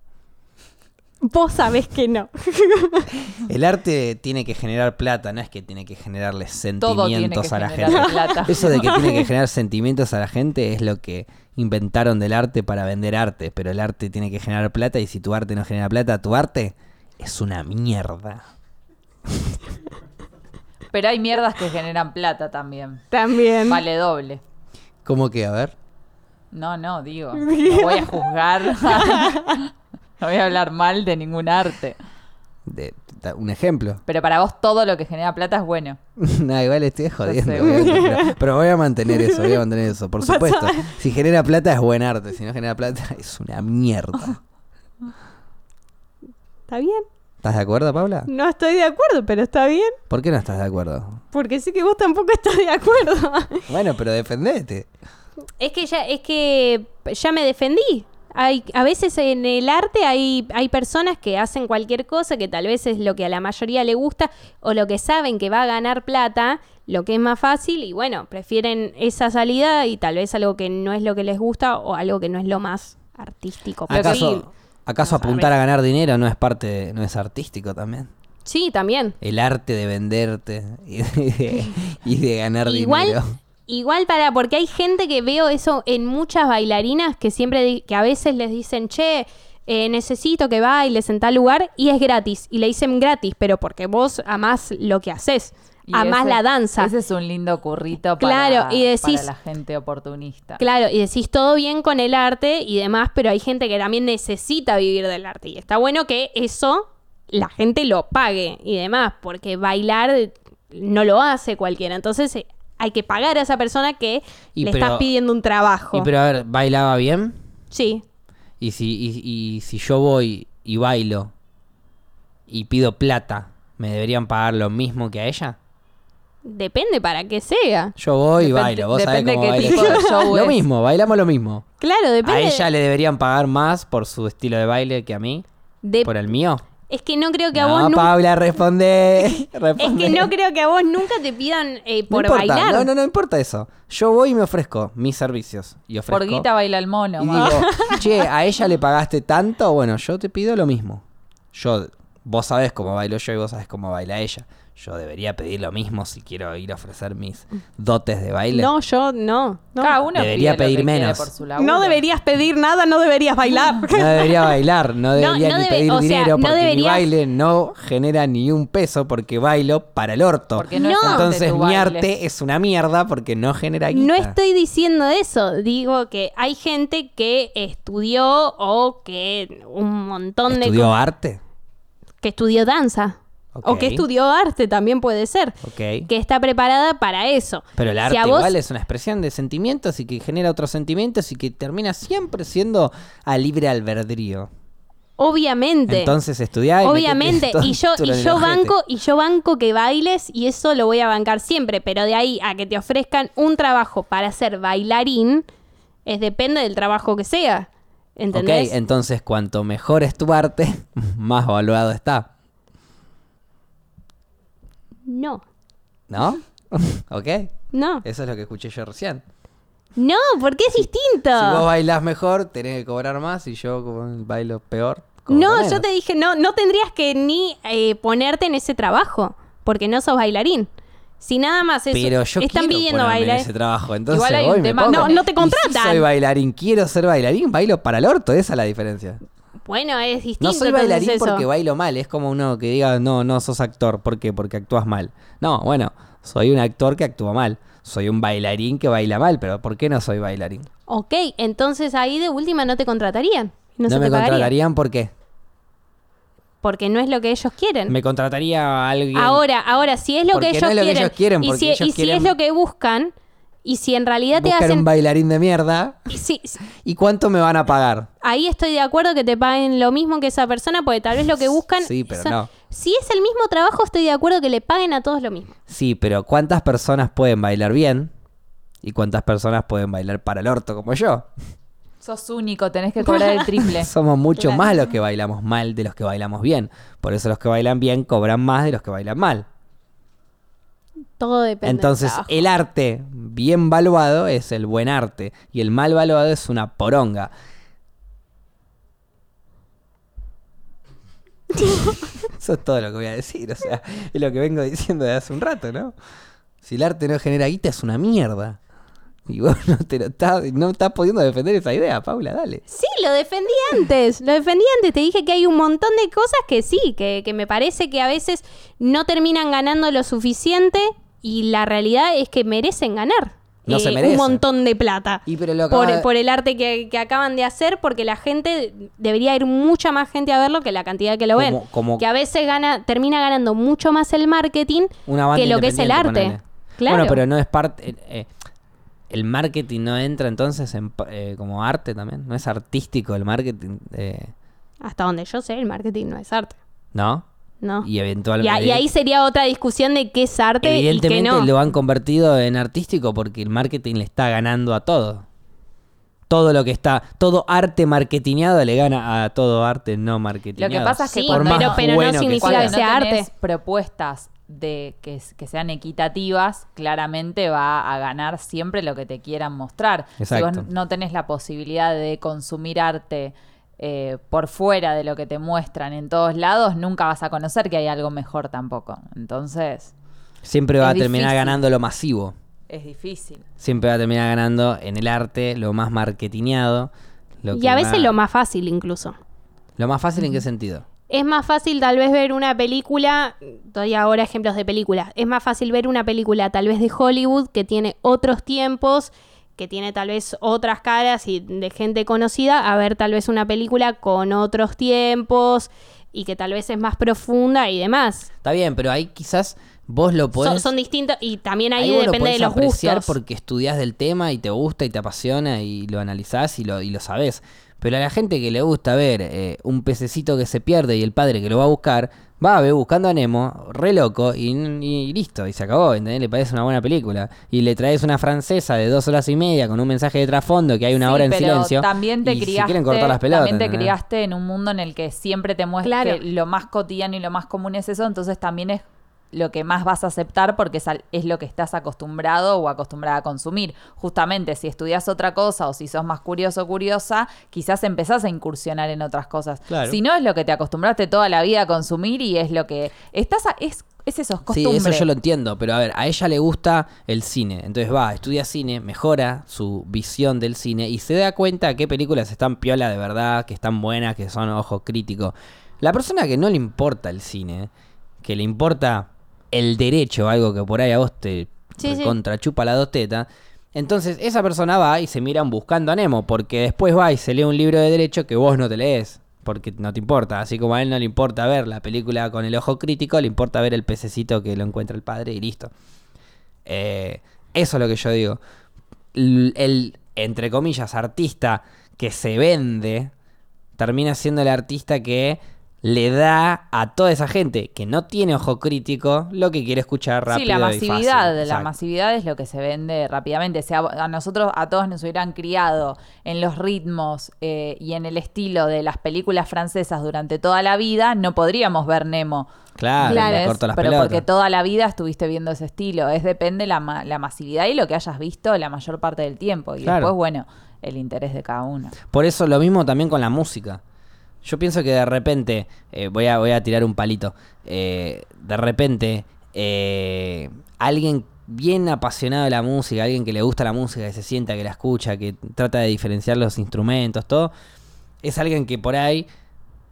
S3: Vos sabés que no.
S1: El arte tiene que generar plata, no es que tiene que generarle
S2: Todo tiene que
S1: sentimientos a la gente.
S2: generar plata.
S1: Eso de que tiene que generar sentimientos a la gente es lo que inventaron del arte para vender arte, pero el arte tiene que generar plata y si tu arte no genera plata, tu arte es una mierda.
S2: Pero hay mierdas que generan plata también.
S3: También.
S2: Vale doble.
S1: ¿Cómo que? A ver.
S2: No, no, digo. No voy a juzgar. no voy a hablar mal de ningún arte.
S1: De- da- un ejemplo.
S2: Pero para vos todo lo que genera plata es bueno.
S1: No, igual estoy jodiendo.
S2: sé.
S1: obviamente, pero, pero voy a mantener eso, voy a mantener eso. Por supuesto. Si genera plata es buen arte, si no genera plata es una mierda.
S3: ¿Está bien?
S1: ¿Estás de acuerdo, Paula?
S3: No estoy de acuerdo, pero está bien.
S1: ¿Por qué no estás de acuerdo?
S3: Porque sé que vos tampoco estás de acuerdo.
S1: Bueno, pero defendete.
S3: es que ya, es que ya me defendí. Hay, a veces en el arte hay, hay personas que hacen cualquier cosa que tal vez es lo que a la mayoría le gusta o lo que saben que va a ganar plata, lo que es más fácil y bueno, prefieren esa salida y tal vez algo que no es lo que les gusta o algo que no es lo más artístico.
S1: Ah.
S3: Pero sí,
S1: ¿Acaso, acaso
S3: No sabe.
S1: apuntar a ganar dinero no es parte, de- no es artístico también?
S3: sí, también.
S1: El arte de venderte y de, y de ganar
S3: Igual,
S1: dinero.
S3: igual para, porque hay gente que veo eso en muchas bailarinas que siempre, di- que a veces les dicen, che, eh, necesito que bailes en tal lugar y es gratis. Y le dicen gratis, pero porque vos amás lo que haces,
S2: Y
S3: amás
S2: ese-
S3: la danza.
S2: Ese es un lindo currito para,
S3: Claro, y decís-
S2: para la gente oportunista.
S3: Claro, y decís todo bien con el arte y demás, pero hay gente que también necesita vivir del arte. Y está bueno que eso la gente lo pague y demás, porque bailar no lo hace cualquiera. Entonces eh, hay que pagar a esa persona que
S1: Y
S3: le
S1: pero-
S3: estás pidiendo un trabajo.
S1: Y pero a ver, ¿bailaba bien?
S3: sí.
S1: Y si, y, y si yo voy y bailo y pido plata, ¿me deberían pagar lo mismo que a ella?
S3: Depende para qué sea.
S1: Yo voy y
S2: Depende-
S1: bailo, vos sabés
S2: depende
S1: cómo
S2: qué
S1: bailo
S2: tipo
S1: yo.
S2: de show
S1: Lo
S2: es.
S1: mismo, bailamos lo mismo.
S3: Claro, depende.
S1: A ella
S3: de-
S1: le deberían pagar más por su estilo de baile que a mí,
S3: de-
S1: por el mío.
S3: Es que no creo que a vos
S1: No,
S3: nunca.
S1: Paula, responde.
S3: Es
S1: responde.
S3: que no creo que a vos nunca te pidan eh,
S1: No
S3: por
S1: importa,
S3: bailar.
S1: No, no, no importa eso. Yo voy y me ofrezco mis servicios. Y ofrezco.
S2: Por guita baila el mono.
S1: y
S2: ma.
S1: digo, che, a ella le pagaste tanto, bueno, yo te pido lo mismo. Yo, vos sabés cómo bailo yo y vos sabés cómo baila ella. Yo debería pedir lo mismo si quiero ir a ofrecer mis dotes de baile.
S3: No, yo no. no.
S2: Cada uno
S1: Debería
S2: pide lo
S1: pedir
S2: que quiere
S1: menos.
S2: por su laburo.
S3: No deberías pedir nada, no deberías bailar.
S1: No debería bailar, no debería
S3: no
S1: ni
S3: debe-
S1: pedir
S3: o sea,
S1: dinero
S3: no
S1: porque mi
S3: deberías-
S1: baile no genera ni un peso porque bailo para el orto.
S2: Porque no es arte
S1: Entonces
S2: tu
S1: mi
S2: baile.
S1: arte es una mierda porque no genera guita.
S3: No estoy diciendo eso, digo que hay gente que estudió o que un montón de
S1: ¿Estudió arte?
S3: co- que estudió danza o
S1: Ok.
S3: que estudió arte también puede ser,
S1: Ok.
S3: que está preparada para eso.
S1: Pero el
S3: Si
S1: arte
S3: a vos-
S1: igual es una expresión de sentimientos y que genera otros sentimientos y que termina siempre siendo a libre albedrío.
S3: obviamente.
S1: Entonces estudiar
S3: Obviamente, y yo, y yo banco, y yo banco que bailes, y eso lo voy a bancar siempre, pero de ahí a que te ofrezcan un trabajo para ser bailarín, es depende del trabajo que sea. ¿Entendés?
S1: Ok, entonces cuanto mejor es tu arte, más valuado está.
S3: no,
S1: ¿No? ok.
S3: no,
S1: Eso es lo que escuché yo recién.
S3: no, porque es distinto.
S1: Si vos bailás mejor, tenés que cobrar más y yo como bailo peor. cobro
S3: No,
S1: menos.
S3: yo te dije, no, no tendrías que ni eh, ponerte en ese trabajo, porque no sos bailarín. Si nada más eso,
S1: Pero yo
S3: están
S1: quiero
S3: pidiendo
S1: ponerme en
S3: bailar.
S1: ese trabajo, entonces
S2: Igual hay
S1: voy
S2: un
S1: y me
S2: tema-
S1: pongo.
S3: No, no te
S1: Y
S3: contratan.
S1: si soy bailarín, quiero ser bailarín, bailo para el orto, esa es la diferencia.
S3: Bueno, es distinto.
S1: No soy
S3: entonces,
S1: bailarín
S3: eso.
S1: porque bailo mal, es como uno que diga, no, no sos actor, ¿por qué? Porque actúas mal. No, bueno, soy un actor que actúa mal, soy un bailarín que baila mal, pero ¿por qué no soy bailarín?
S3: Ok, entonces ahí de última no te contratarían. No,
S1: No,
S3: se
S1: me
S3: te pagaría.
S1: contratarían, ¿por qué?
S3: Porque no es lo que ellos quieren.
S1: Me contrataría a alguien.
S3: Ahora, ahora, si es lo
S1: Porque
S3: que ellos
S1: no es lo que
S3: quieren,
S1: ellos quieren,
S3: y,
S1: porque
S3: si,
S1: ellos
S3: y si
S1: quieren-
S3: es lo que buscan, y si en realidad te
S1: buscar
S3: hacen...
S1: un bailarín de mierda.
S3: y si- si-
S1: ¿Y cuánto me van a pagar?
S3: ahí estoy de acuerdo que te paguen lo mismo que esa persona, porque tal vez lo que buscan...
S1: Sí, pero
S3: son-
S1: no.
S3: Si es el mismo trabajo, estoy de acuerdo que le paguen a todos lo mismo.
S1: Sí, pero ¿cuántas personas pueden bailar bien? ¿Y cuántas personas pueden bailar para el orto como yo?
S2: Sos único, tenés que cobrar el triple.
S1: Somos mucho
S3: Claro.
S1: más los que bailamos mal de los que bailamos bien. Por eso los que bailan bien cobran más de los que bailan mal.
S3: Todo depende. del
S1: Entonces,
S3: trabajo.
S1: el arte bien valuado es el buen arte y el mal valuado es una poronga. Eso es todo lo que voy a decir, o sea, es lo que vengo diciendo de hace un rato, ¿no? Si el arte no genera guita es una mierda. Y vos no te lo estás, no estás pudiendo defender esa idea, Paula, dale.
S3: Sí, lo defendí antes, lo defendí antes. Te dije que hay un montón de cosas que sí, que, que me parece que a veces no terminan ganando lo suficiente y la realidad es que merecen ganar.
S1: No se
S3: eh,
S1: merece.
S3: un montón de plata
S1: Y pero lo
S3: por,
S1: acaba-
S3: por el arte que, que acaban de hacer, porque la gente debería ir mucha más gente a verlo que la cantidad que lo ven.
S1: Como- como-
S3: que a veces gana, termina ganando mucho más el marketing
S1: una banda
S3: que lo que es el arte.
S1: independiente, ponele.
S3: Claro.
S1: Bueno, pero no es parte. eh, eh, el marketing no entra entonces en pa- eh, como arte también. No es artístico el marketing. eh,
S3: Hasta donde yo sé, el marketing no es arte.
S1: ¿No?
S3: No.
S1: Y
S3: Y, a-
S1: eventualmente.
S3: y ahí sería otra discusión de qué es arte y qué
S1: Evidentemente
S3: no.
S1: lo han convertido en artístico porque el marketing le está ganando a todo. Todo lo que está, todo arte marketinado le gana a todo arte no marketinado.
S2: pasa es que
S3: Sí,
S2: por más
S3: pero, pero
S1: bueno que
S3: no significa
S2: Cuando
S3: que
S2: no
S1: sea.
S3: sea
S2: tenés
S3: arte.
S2: propuestas de que, s- que sean equitativas, claramente va a ganar siempre lo que te quieran mostrar. Si
S1: Exacto.
S2: vos no tenés la posibilidad de consumir arte eh, por fuera de lo que te muestran en todos lados, nunca vas a conocer que hay algo mejor tampoco. Entonces,
S1: Siempre va
S2: es
S1: a terminar
S2: difícil.
S1: ganando lo masivo.
S2: es difícil.
S1: Siempre va a terminar ganando en el arte lo más marketinado. lo
S3: Y
S1: que
S3: a veces
S1: más-
S3: lo más fácil incluso.
S1: ¿Lo más fácil en qué sentido?
S3: Es más fácil tal vez ver una película, doy ahora ejemplos de películas, es más fácil ver una película tal vez de Hollywood que tiene otros tiempos, que tiene tal vez otras caras y de gente conocida, a ver tal vez una película con otros tiempos y que tal vez es más profunda y demás.
S1: Está bien, pero ahí quizás vos lo podés...
S3: Son, son distintos y también ahí,
S1: vos lo
S3: depende de
S1: podés
S3: los
S1: apreciar
S3: gustos.
S1: porque estudias del tema y te gusta y te apasiona y lo analizás y lo, y lo sabés. Pero a la gente que le gusta ver eh, un pececito que se pierde y el padre que lo va a buscar, va a ver buscando a Nemo, re loco, y, y listo, y se acabó, ¿entendés? Le parece una buena película. Y le traes una francesa de dos horas y media con un mensaje de trasfondo que hay una
S2: Sí,
S1: hora en
S2: pero
S1: silencio.
S2: También te
S1: y se
S2: criaste,
S1: quieren cortar las pelotas.
S2: También te
S1: ¿entendés?
S2: criaste en un mundo en el que siempre te muestran
S3: Claro.
S2: que lo más cotidiano y lo más común es eso, entonces también es lo que más vas a aceptar porque es, al- es lo que estás acostumbrado o acostumbrada a consumir. Justamente, si estudias otra cosa o si sos más curioso o curiosa, quizás empezás a incursionar en otras cosas.
S1: Claro.
S2: Si no, es lo que te acostumbraste toda la vida a consumir y es lo que estás... a- es, es eso, es costumbre.
S1: Sí, eso yo lo entiendo, pero a ver, a ella le gusta el cine, entonces va, estudia cine, mejora su visión del cine y se da cuenta qué películas están piola de verdad, que están buenas, que son ojo crítico. La persona que no le importa el cine, que le importa el derecho, algo que por ahí a vos te
S3: Sí, sí.
S1: contrachupa la dos tetas, entonces esa persona va y se miran buscando a Nemo, porque después va y se lee un libro de derecho que vos no te lees, porque no te importa. Así como a él no le importa ver la película con el ojo crítico, le importa ver el pececito que lo encuentra el padre y listo. Eh, eso es lo que yo digo. L- el, entre comillas, artista que se vende, termina siendo el artista que le da a toda esa gente que no tiene ojo crítico lo que quiere escuchar rápido.
S2: Sí, la
S1: y
S2: masividad,
S1: fácil.
S2: la
S1: Exacto.
S2: masividad es lo que se vende rápidamente. O sea, a nosotros, a todos nos hubieran criado en los ritmos eh, y en el estilo de las películas francesas durante toda la vida, no podríamos ver Nemo.
S1: Claro, Ah,
S3: Claro,
S1: le
S2: ¿entendés?
S1: corto las
S2: Pero
S1: pelotas.
S2: porque toda la vida estuviste viendo ese estilo. Es depende la, ma- la masividad y lo que hayas visto la mayor parte del tiempo. Y
S1: Claro.
S2: después, bueno, el interés de cada uno.
S1: Por eso lo mismo también con la música. Yo pienso que de repente, eh, voy, a, voy a tirar un palito, eh, de repente eh, alguien bien apasionado de la música, alguien que le gusta la música, que se sienta, que la escucha, que trata de diferenciar los instrumentos, todo, es alguien que por ahí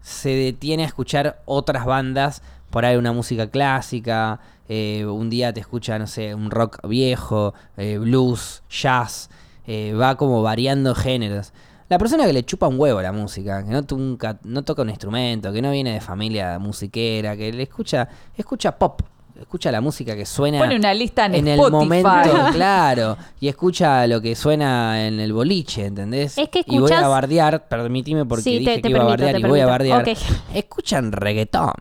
S1: se detiene a escuchar otras bandas, por ahí una música clásica, eh, un día te escucha, no sé, un rock viejo, eh, blues, jazz, eh, va como variando géneros. La persona que le chupa un huevo la música, que no, tunca- no toca un instrumento, que no viene de familia musiquera, que le escucha, escucha pop, escucha la música que suena
S2: Pone una lista en,
S1: el
S2: Spotify.
S1: momento, claro, y escucha lo que suena en el boliche, ¿entendés?
S3: Es que
S1: Y voy a
S3: escuchás-
S1: bardear, permitime porque
S3: Sí, te-
S1: dije
S3: te
S1: que iba a
S3: permito,
S1: bardear
S3: te
S1: y voy a
S3: permito.
S1: bardear.
S3: Ok.
S1: Escuchan reggaetón.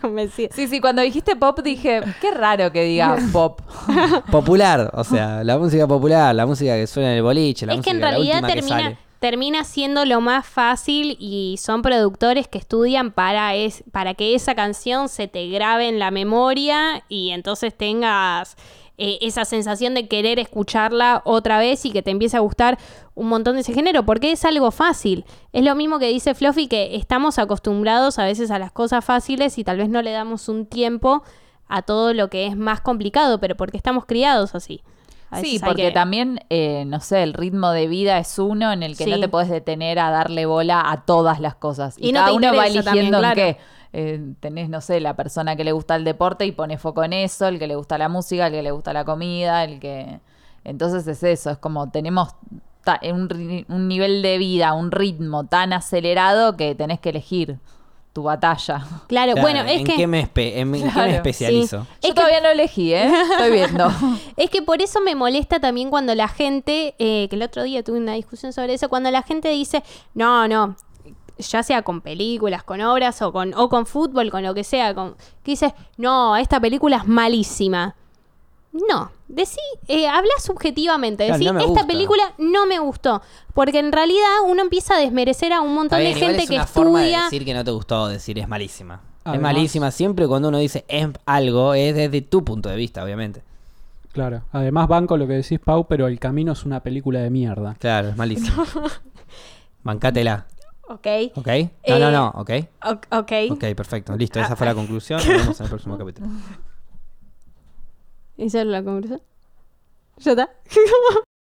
S3: Convencida.
S2: Sí, sí, cuando dijiste pop dije, qué raro que diga pop.
S1: Popular, o sea, la música popular, la música que suena en el boliche, la
S3: es
S1: música
S3: que en
S1: la
S3: realidad
S1: última que
S3: termina,
S1: sale.
S3: termina siendo lo más fácil y son productores que estudian para, es, para que esa canción se te grabe en la memoria y entonces tengas eh, esa sensación de querer escucharla otra vez y que te empiece a gustar un montón de ese género, porque es algo fácil. Es lo mismo que dice Fluffy, que estamos acostumbrados a veces a las cosas fáciles y tal vez no le damos un tiempo a todo lo que es más complicado, pero porque estamos criados así. A
S2: Sí,
S3: veces hay
S2: porque
S3: que-
S2: también, eh, no sé, el ritmo de vida es uno en el que no
S3: Sí.
S2: te podés detener a darle bola a todas las cosas. Y,
S3: Y no
S2: cada
S3: te
S2: uno va
S3: interesa
S2: eligiendo
S3: también,
S2: en
S3: claro.
S2: qué. Eh, tenés, no sé, la persona que le gusta el deporte y pone foco en eso, el que le gusta la música, el que le gusta la comida, el que... Entonces es eso, es como tenemos ta- un, ri- un nivel de vida, un ritmo tan acelerado que tenés que elegir tu batalla.
S1: Claro,
S3: Claro, bueno, es
S1: ¿en
S3: que...
S1: qué me, espe- en- en qué me
S2: Claro, sí.
S1: especializo?
S2: Yo
S3: que-
S2: todavía no elegí, ¿eh? Estoy viendo.
S3: Es que por eso me molesta también cuando la gente, eh, que el otro día tuve una discusión sobre eso, cuando la gente dice, no, no, ya sea con películas, con obras o con, o con fútbol, con lo que sea, con, que dices, no, esta película es malísima. No, decí, eh, habla subjetivamente,
S1: Claro,
S3: decí,
S1: no me
S3: esta
S1: gusta".
S3: película no me gustó, porque en realidad uno empieza a desmerecer a un
S1: Está
S3: montón
S1: bien,
S3: de
S1: igual
S3: gente
S1: es
S3: que
S1: una forma de
S3: estudia.
S1: decir que no te gustó, decir es malísima. es
S4: Además-
S1: malísima siempre cuando uno dice es algo, es desde tu punto de vista, obviamente.
S4: Claro. Además, banco lo que decís, Pau, pero El Camino es una película de mierda.
S1: Claro, es malísima. Bancátela,
S3: Ok,
S1: ¿ok? No, no, no, ¿ok?
S3: o- ok.
S1: Ok, perfecto, listo, esa fue la conclusión. Nos vemos en el próximo capítulo.
S3: ¿Esa es la conversación? ¿Ya está?